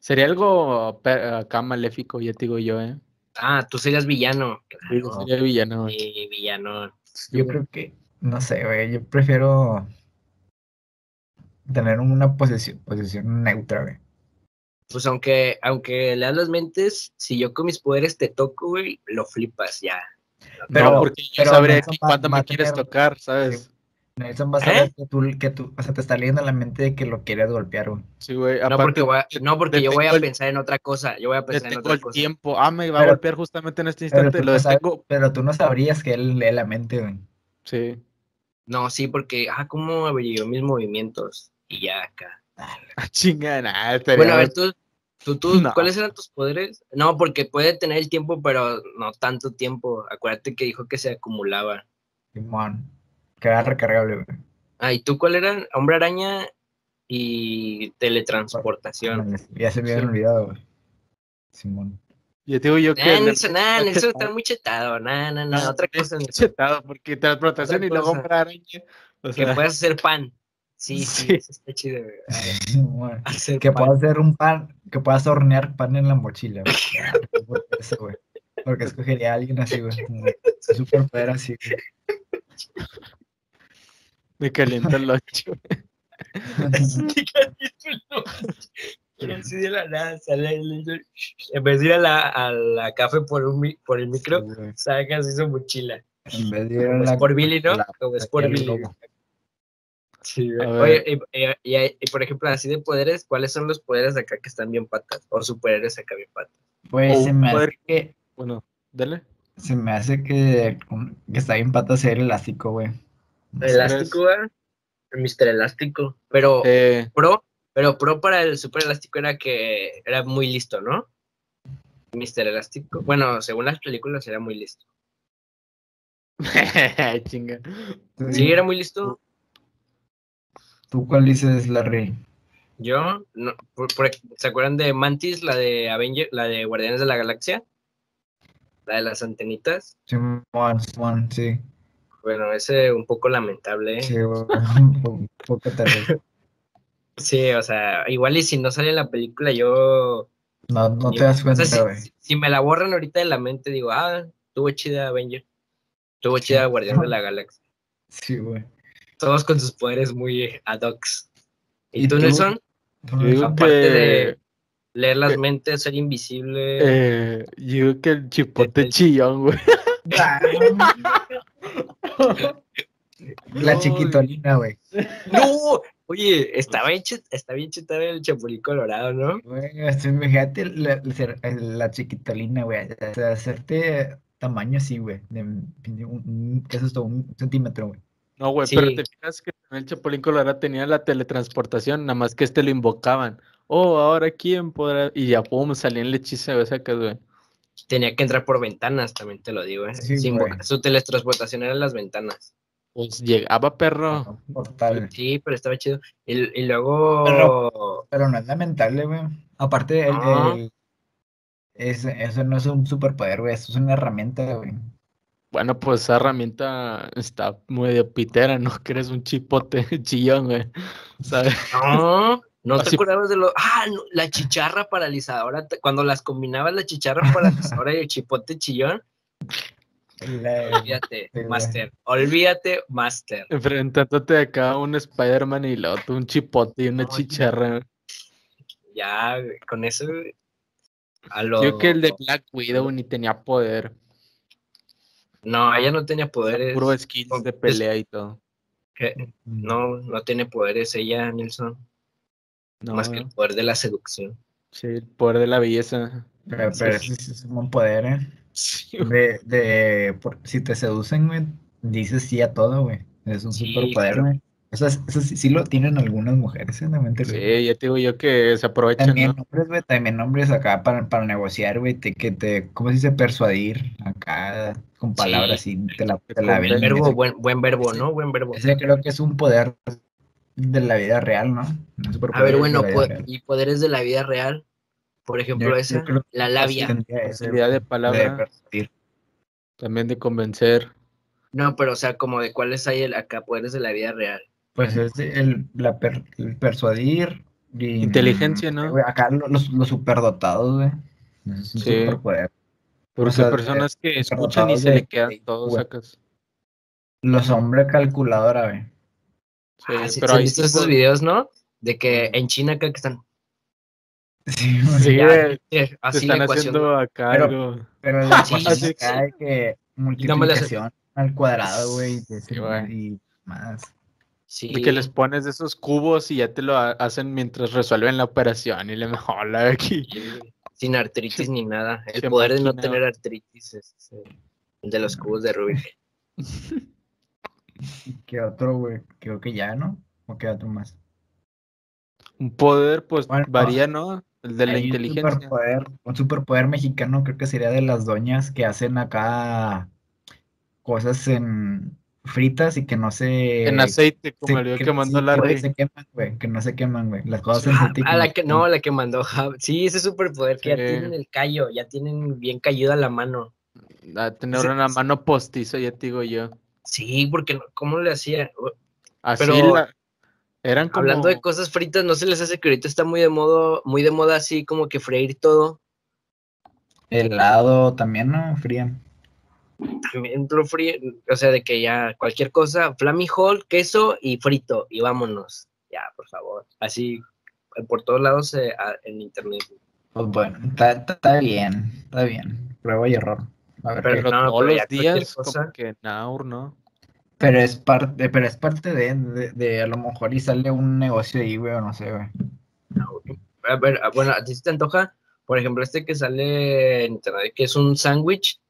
[SPEAKER 4] Sería algo pe- acá maléfico, ya te digo yo, ¿eh?
[SPEAKER 3] Ah, tú serías villano.
[SPEAKER 4] Yo
[SPEAKER 3] Claro.
[SPEAKER 4] sería villano, güey.
[SPEAKER 3] Sí, villano.
[SPEAKER 2] Yo creo que, no sé, güey, yo prefiero tener una posición, posición neutra, güey.
[SPEAKER 3] Pues aunque, aunque leas las mentes, si yo con mis poderes te toco, güey, lo flipas ya.
[SPEAKER 4] Pero
[SPEAKER 2] Pero-
[SPEAKER 4] porque yo
[SPEAKER 2] pero
[SPEAKER 4] sabría
[SPEAKER 2] Nelson
[SPEAKER 4] que
[SPEAKER 2] va-
[SPEAKER 4] cuánto
[SPEAKER 2] va
[SPEAKER 4] me
[SPEAKER 2] a
[SPEAKER 4] quieres
[SPEAKER 2] tener-
[SPEAKER 4] tocar, ¿sabes?
[SPEAKER 2] Nelson va a
[SPEAKER 3] ¿Eh?
[SPEAKER 2] saber que tú, que tú, o sea, te está leyendo la mente de que lo quieres golpear, güey.
[SPEAKER 4] Sí, güey.
[SPEAKER 3] No porque, voy a- no porque yo voy a
[SPEAKER 4] detengo el-
[SPEAKER 3] pensar en otra cosa. Yo voy a pensar en
[SPEAKER 4] detengo
[SPEAKER 3] otra
[SPEAKER 4] el
[SPEAKER 3] cosa.
[SPEAKER 4] tiempo. Ah, me va a
[SPEAKER 2] Pero-
[SPEAKER 4] golpear justamente en este
[SPEAKER 2] pero
[SPEAKER 4] instante.
[SPEAKER 2] tú
[SPEAKER 4] Lo
[SPEAKER 2] no sabes-
[SPEAKER 4] detengo.
[SPEAKER 2] Pero tú no sabrías que él lee la mente, güey.
[SPEAKER 4] Sí.
[SPEAKER 3] No, sí, porque, ah, ¿cómo averiguó mis movimientos? Y ya acá.
[SPEAKER 4] Ah, Chinga, nada. estaría
[SPEAKER 3] Bueno, a ver,
[SPEAKER 4] bueno.
[SPEAKER 3] tú, ¿Tú, tú,
[SPEAKER 4] No.
[SPEAKER 3] ¿Cuáles eran tus poderes? No, porque puede tener el tiempo, pero no tanto tiempo. Acuérdate que dijo que se acumulaba.
[SPEAKER 2] Simón. Que era recargable, güey.
[SPEAKER 3] Ah, ¿y tú cuál era? Hombre araña y teletransportación.
[SPEAKER 2] Ya se me había
[SPEAKER 4] Sí.
[SPEAKER 2] olvidado, güey. Simón.
[SPEAKER 4] Yo te digo yo que.
[SPEAKER 3] Ah,
[SPEAKER 4] el-
[SPEAKER 3] Nelson, ah,
[SPEAKER 4] el-
[SPEAKER 3] Nelson está muy chetado. Nah, nah, nah, otra
[SPEAKER 4] Está
[SPEAKER 3] cosa. Nelson.
[SPEAKER 4] chetado, porque transportación
[SPEAKER 3] Otra
[SPEAKER 4] y luego
[SPEAKER 3] cosa.
[SPEAKER 4] para araña. O
[SPEAKER 3] Que
[SPEAKER 4] sea,
[SPEAKER 3] puedas hacer pan. Sí, sí,
[SPEAKER 4] Sí.
[SPEAKER 3] eso está chido. güey.
[SPEAKER 2] Simón.
[SPEAKER 3] Hacer
[SPEAKER 2] Que
[SPEAKER 3] pan.
[SPEAKER 2] puedas hacer un pan, que puedas hornear pan en la mochila, güey. Ah, por Eso, güey. Porque escogería a alguien así, güey. como un Superpoder así, güey.
[SPEAKER 4] me calienta el ocho.
[SPEAKER 3] Y así de la nada sale el- En vez de ir a la, a la café por, un, mi- por el micro,
[SPEAKER 2] Sí, güey.
[SPEAKER 3] saca así su mochila.
[SPEAKER 2] En vez de ir a
[SPEAKER 3] Como
[SPEAKER 2] la-
[SPEAKER 3] es Pues por Billy, ¿no?
[SPEAKER 2] la-
[SPEAKER 3] Como es
[SPEAKER 2] la-
[SPEAKER 3] por
[SPEAKER 2] la-
[SPEAKER 3] Billy.
[SPEAKER 2] la-
[SPEAKER 3] Sí, güey.
[SPEAKER 4] A
[SPEAKER 3] Oye,
[SPEAKER 4] ver.
[SPEAKER 3] y, y- y- y por ejemplo, así de poderes, ¿cuáles son los poderes acá que están bien patas? O superhéroes acá bien patas.
[SPEAKER 2] Güey,
[SPEAKER 4] O
[SPEAKER 2] se
[SPEAKER 4] un
[SPEAKER 2] me hace
[SPEAKER 4] poder-
[SPEAKER 2] que,
[SPEAKER 4] Bueno, dale.
[SPEAKER 2] se me hace que, que está bien pata ser elástico, güey. No sé.
[SPEAKER 3] Elástico, güey. El Mr. Elástico. Pero
[SPEAKER 4] Eh,
[SPEAKER 3] pro, pero pro para el super elástico era que era muy listo, ¿no? Mr. Elástico. Bueno, según las películas era muy listo.
[SPEAKER 4] Chinga.
[SPEAKER 3] Sí, era muy listo.
[SPEAKER 2] ¿Tú cuál dices, Larry?
[SPEAKER 3] Yo, no, por- por- ¿se acuerdan de Mantis, la de Avenger, la de Guardianes de la Galaxia? La de las antenitas.
[SPEAKER 2] Simón, Simón, sí.
[SPEAKER 3] Bueno, ese un poco lamentable. ¿eh?
[SPEAKER 2] Sí, güey. Un po- poco terrible.
[SPEAKER 3] Sí, o sea, igual y si no sale en la película, yo.
[SPEAKER 2] No, no te
[SPEAKER 3] yo-
[SPEAKER 2] das
[SPEAKER 3] o sea,
[SPEAKER 2] cuenta,
[SPEAKER 3] si-
[SPEAKER 2] güey.
[SPEAKER 3] si, si me la borran ahorita de la mente, digo, ah, tuvo chida Avenger. Tuvo chida Guardianes de la Galaxia.
[SPEAKER 2] Sí, güey.
[SPEAKER 3] Todos con sus poderes muy eh, ad hoc. ¿Y,
[SPEAKER 2] ¿Y
[SPEAKER 3] tú,
[SPEAKER 2] tú?
[SPEAKER 3] Nelson?
[SPEAKER 4] Yo
[SPEAKER 2] Tú no
[SPEAKER 4] digo
[SPEAKER 2] sabes.
[SPEAKER 4] que,
[SPEAKER 3] Aparte de- Leer las
[SPEAKER 4] Eh,
[SPEAKER 3] mentes, ser invisible.
[SPEAKER 4] eh, yo digo que el chipote
[SPEAKER 3] el-
[SPEAKER 4] chillón, güey.
[SPEAKER 2] La chiquitolina, güey.
[SPEAKER 3] ¡No! Oye, está bien, chet- está bien chetado el Chapulín Colorado, ¿no?
[SPEAKER 2] Güey, así, Imagínate la, la ser- la chiquitolina, güey. O sea, hacerte tamaño así, güey. De, de un- un- ¿Qué es esto? Un centímetro, güey.
[SPEAKER 4] No, güey,
[SPEAKER 3] Sí.
[SPEAKER 4] pero te fijas que también el Chapulín Colorado tenía la teletransportación, nada más que este lo invocaban. Oh, ahora quién podrá. Y ya, pum, salía el hechizo de sacas, güey.
[SPEAKER 3] Tenía que entrar por ventanas, también te lo digo, ¿eh?
[SPEAKER 2] Sí,
[SPEAKER 3] Sin
[SPEAKER 2] güey.
[SPEAKER 3] boca- Su teletransportación era en las ventanas.
[SPEAKER 4] Pues llegaba, perro.
[SPEAKER 2] Portal.
[SPEAKER 3] Sí, pero estaba chido. Y, y luego.
[SPEAKER 2] Pero no es lamentable, güey. Aparte, el-
[SPEAKER 3] No.
[SPEAKER 2] el- es- eso no es un superpoder, güey. Eso es una herramienta, güey.
[SPEAKER 4] Bueno, pues esa herramienta está medio pitera, ¿no? Que eres un chipote chillón, güey. ¿Sabes?
[SPEAKER 3] No, no te
[SPEAKER 4] Así-
[SPEAKER 3] acordabas de lo. Ah, no, la chicharra paralizadora. te- Cuando las combinabas, la chicharra paralizadora y el chipote chillón.
[SPEAKER 2] La-
[SPEAKER 3] Olvídate,
[SPEAKER 2] güey.
[SPEAKER 3] Master. Olvídate, Master.
[SPEAKER 4] Enfrentándote acá a un Spider-Man y luego tú un chipote y una
[SPEAKER 3] No, yo-
[SPEAKER 4] chicharra.
[SPEAKER 3] Ya, güey, con eso. güey, A lo...
[SPEAKER 4] Yo que el de Black Widow ni tenía poder.
[SPEAKER 3] No, ella no tenía poderes.
[SPEAKER 4] Puro skills
[SPEAKER 3] con-
[SPEAKER 4] de
[SPEAKER 3] es-
[SPEAKER 4] pelea y todo.
[SPEAKER 3] que- No, no tiene poderes ella, Nelson.
[SPEAKER 4] No,
[SPEAKER 3] Más que
[SPEAKER 2] eh.
[SPEAKER 3] el poder de la seducción.
[SPEAKER 4] sí, el poder de la belleza.
[SPEAKER 2] Pero,
[SPEAKER 3] Sí,
[SPEAKER 2] pero
[SPEAKER 3] sí.
[SPEAKER 2] ese sí es un buen poder, ¿eh?
[SPEAKER 4] Sí, güey.
[SPEAKER 2] De, de, por- si te seducen, güey, dices sí a todo, güey. Es un
[SPEAKER 3] Sí,
[SPEAKER 2] superpoder,
[SPEAKER 3] claro.
[SPEAKER 2] güey. O sea, eso sí, sí lo tienen algunas mujeres, ¿eh? También te lo digo.
[SPEAKER 4] Sí, ya te digo yo que se aprovechan,
[SPEAKER 2] También
[SPEAKER 4] ¿no?
[SPEAKER 2] hombres, güey, también hombres acá para, para negociar, güey, te- que te, ¿cómo se dice? Persuadir acá con palabras y te la, te la
[SPEAKER 4] con
[SPEAKER 2] venden,
[SPEAKER 4] verbo,
[SPEAKER 2] ese-
[SPEAKER 3] Verbo, buen, buen verbo,
[SPEAKER 2] ese-
[SPEAKER 3] ¿no? Buen verbo.
[SPEAKER 2] Ese creo que es un poder de la vida real, ¿no? Un
[SPEAKER 3] A
[SPEAKER 2] superpoder
[SPEAKER 3] ver,
[SPEAKER 2] de
[SPEAKER 3] bueno,
[SPEAKER 2] la vida
[SPEAKER 3] po-
[SPEAKER 2] real.
[SPEAKER 3] y poderes de la vida real. Por ejemplo,
[SPEAKER 2] Yo- yo
[SPEAKER 3] esa,
[SPEAKER 2] creo
[SPEAKER 3] la
[SPEAKER 2] Así
[SPEAKER 3] labia.
[SPEAKER 2] tendría ese,
[SPEAKER 4] Facilidad de
[SPEAKER 2] güey,
[SPEAKER 4] palabra,
[SPEAKER 2] de persuadir.
[SPEAKER 4] también de convencer.
[SPEAKER 3] No, pero o sea, como de cuáles hay el- acá poderes de la vida real.
[SPEAKER 2] Pues es el, la per- el persuadir. y- mm,
[SPEAKER 4] Inteligencia, ¿no?
[SPEAKER 2] güey, acá lo- los, los superdotados, güey. Es un
[SPEAKER 4] Sí.
[SPEAKER 2] superpoder.
[SPEAKER 4] Porque
[SPEAKER 2] sea,
[SPEAKER 4] hay personas que escuchan y
[SPEAKER 2] derrotados
[SPEAKER 4] se
[SPEAKER 2] de-
[SPEAKER 4] le quedan
[SPEAKER 2] de-
[SPEAKER 4] todos
[SPEAKER 2] güey.
[SPEAKER 4] sacas.
[SPEAKER 2] Los hombres calculadora, güey.
[SPEAKER 4] Sí,
[SPEAKER 3] Ah, sí,
[SPEAKER 4] pero
[SPEAKER 3] ¿sí han
[SPEAKER 4] ahí
[SPEAKER 3] visto
[SPEAKER 4] sí
[SPEAKER 3] esos
[SPEAKER 4] fue-
[SPEAKER 3] videos, ¿no? De que en China acá que están
[SPEAKER 2] Sí, güey.
[SPEAKER 4] Sí,
[SPEAKER 3] ya,
[SPEAKER 4] güey, te
[SPEAKER 3] eh, así la
[SPEAKER 4] están
[SPEAKER 3] ecuación.
[SPEAKER 4] haciendo acá
[SPEAKER 2] Pero-
[SPEAKER 4] algo.
[SPEAKER 2] Pero la
[SPEAKER 3] Sí,
[SPEAKER 2] cuestión
[SPEAKER 4] sí, sí.
[SPEAKER 2] acá de que
[SPEAKER 3] no me la sé.
[SPEAKER 2] multiplicación al cuadrado, güey. de ese-
[SPEAKER 4] Sí, güey.
[SPEAKER 2] y más.
[SPEAKER 3] Sí.
[SPEAKER 4] De que les pones esos cubos y ya te lo ha- hacen mientras resuelven la operación y le hola aquí.
[SPEAKER 3] Sin artritis ni nada. El
[SPEAKER 4] Se
[SPEAKER 3] poder de no
[SPEAKER 4] maquina.
[SPEAKER 3] tener artritis es, eh, de los cubos de Rubik.
[SPEAKER 2] ¿Qué otro, güey? Creo que ya, ¿no? ¿O qué otro más?
[SPEAKER 4] Un poder, pues
[SPEAKER 2] Bueno,
[SPEAKER 4] varía, ¿no? El de la
[SPEAKER 2] Hay un
[SPEAKER 4] inteligencia.
[SPEAKER 2] superpoder- un superpoder mexicano creo que sería de las doñas que hacen acá cosas en fritas y que no se...
[SPEAKER 4] En aceite, como
[SPEAKER 2] se-
[SPEAKER 4] el video
[SPEAKER 2] que-
[SPEAKER 4] que mandó
[SPEAKER 2] sí,
[SPEAKER 4] la
[SPEAKER 2] que no se queman, güey, que no se queman, güey. Las cosas en
[SPEAKER 3] Ah,
[SPEAKER 2] fritas
[SPEAKER 3] a la
[SPEAKER 2] se
[SPEAKER 3] que
[SPEAKER 2] queman.
[SPEAKER 3] no, la que mandó Jav. Sí, ese superpoder que ya
[SPEAKER 4] Sí.
[SPEAKER 3] tienen el callo, ya tienen bien cayuda la mano.
[SPEAKER 4] A tener
[SPEAKER 3] Sí,
[SPEAKER 4] una
[SPEAKER 3] sí.
[SPEAKER 4] mano postiza, ya te digo yo.
[SPEAKER 3] Sí, porque no- ¿cómo le hacía?
[SPEAKER 4] Así
[SPEAKER 3] Pero-
[SPEAKER 4] la- eran como.
[SPEAKER 3] Hablando de cosas fritas, ¿no se les hace que ahorita está muy de modo, muy de moda así como que freír todo?
[SPEAKER 2] Helado también, ¿no? Frían.
[SPEAKER 3] También lo fríen, o sea, de que ya cualquier cosa, flammy hole, queso y frito, y vámonos. Ya, por favor. Así, por todos lados eh, a- en internet.
[SPEAKER 2] Pues bueno, está, está- está bien, está bien. Prueba y error. A ver,
[SPEAKER 3] Pero-
[SPEAKER 2] pero,
[SPEAKER 4] Pero
[SPEAKER 3] no,
[SPEAKER 4] todos
[SPEAKER 3] pero
[SPEAKER 4] los
[SPEAKER 3] ya cualquier
[SPEAKER 4] días,
[SPEAKER 3] cosa.
[SPEAKER 4] como que Naur, ¿no?
[SPEAKER 2] pero es parte, pero es parte de, de, de a lo mejor y sale un negocio ahí, güey, o no sé, güey.
[SPEAKER 3] A ver, ah, bueno, ¿a ti se te antoja? Por ejemplo, este que sale en internet, que es un sándwich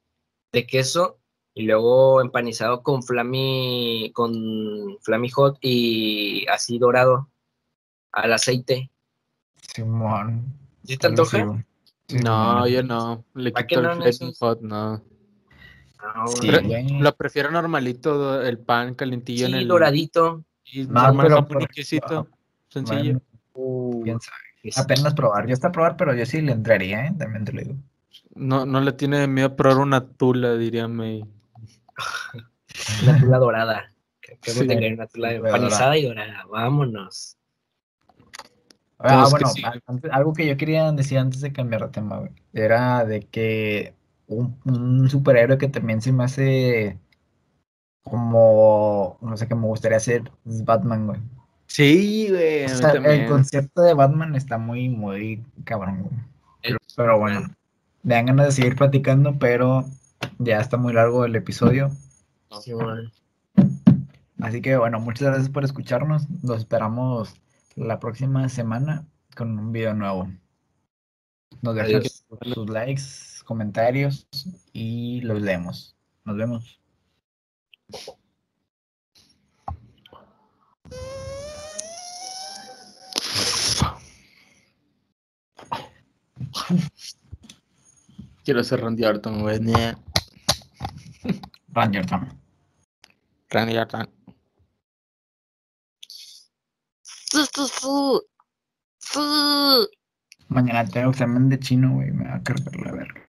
[SPEAKER 3] de queso y luego empanizado con flammy, con flammy hot y así dorado al aceite.
[SPEAKER 2] Simón.
[SPEAKER 3] ¿Sí te
[SPEAKER 2] algo así,
[SPEAKER 3] antoja?
[SPEAKER 2] güey.
[SPEAKER 4] No,
[SPEAKER 2] Simón.
[SPEAKER 4] yo no. Le
[SPEAKER 3] ¿Para qué
[SPEAKER 4] quito
[SPEAKER 3] no,
[SPEAKER 4] el
[SPEAKER 3] no,
[SPEAKER 4] flaming
[SPEAKER 3] esos?
[SPEAKER 4] hot, no.
[SPEAKER 3] No,
[SPEAKER 2] Sí,
[SPEAKER 3] hombre.
[SPEAKER 4] Pero-
[SPEAKER 2] güey.
[SPEAKER 4] Lo prefiero normalito, do- el pan calentillo en
[SPEAKER 3] Sí,
[SPEAKER 4] el.
[SPEAKER 3] doradito.
[SPEAKER 4] y
[SPEAKER 2] No,
[SPEAKER 4] jamón,
[SPEAKER 2] Ah, pero
[SPEAKER 4] jamón y
[SPEAKER 2] por-
[SPEAKER 4] quesito, Sencillo.
[SPEAKER 2] Bueno,
[SPEAKER 4] Uh,
[SPEAKER 2] quién sabe. Apenas probar. Yo está probar, pero yo sí le entraría, ¿eh? También te lo digo.
[SPEAKER 4] No, no le tiene miedo a probar una tula, diría May.
[SPEAKER 3] La tula dorada. Creo que
[SPEAKER 4] Sí.
[SPEAKER 3] tener una tula
[SPEAKER 2] Dorada.
[SPEAKER 3] empanizada y dorada. Vámonos.
[SPEAKER 2] Ah,
[SPEAKER 4] Pues que
[SPEAKER 2] bueno,
[SPEAKER 4] sí.
[SPEAKER 2] a- antes- algo que yo quería decir antes de cambiar de tema, güey, era de que un, un superhéroe que también se me hace como, no sé, que me gustaría hacer es Batman, güey.
[SPEAKER 4] Sí, güey. a
[SPEAKER 2] O
[SPEAKER 4] mí
[SPEAKER 2] sea, el
[SPEAKER 4] también.
[SPEAKER 2] concepto de Batman está muy, muy cabrón, güey.
[SPEAKER 3] El-
[SPEAKER 2] Pero bueno, me dan ganas de seguir platicando, pero ya está muy largo el episodio.
[SPEAKER 3] Sí, bueno.
[SPEAKER 2] Así que bueno, muchas gracias por escucharnos. Los esperamos la próxima semana con un video nuevo. Nos dejan
[SPEAKER 3] Adiós.
[SPEAKER 2] sus- sus likes, comentarios y los leemos. Nos vemos.
[SPEAKER 4] Quiero ser Randy Orton, güey. Nah,
[SPEAKER 2] Ranger Tom.
[SPEAKER 4] Randy Orton.
[SPEAKER 5] Fu, fu, fu. Fu.
[SPEAKER 2] Mañana tengo examen de chino, güey. Me va a cargar la verga.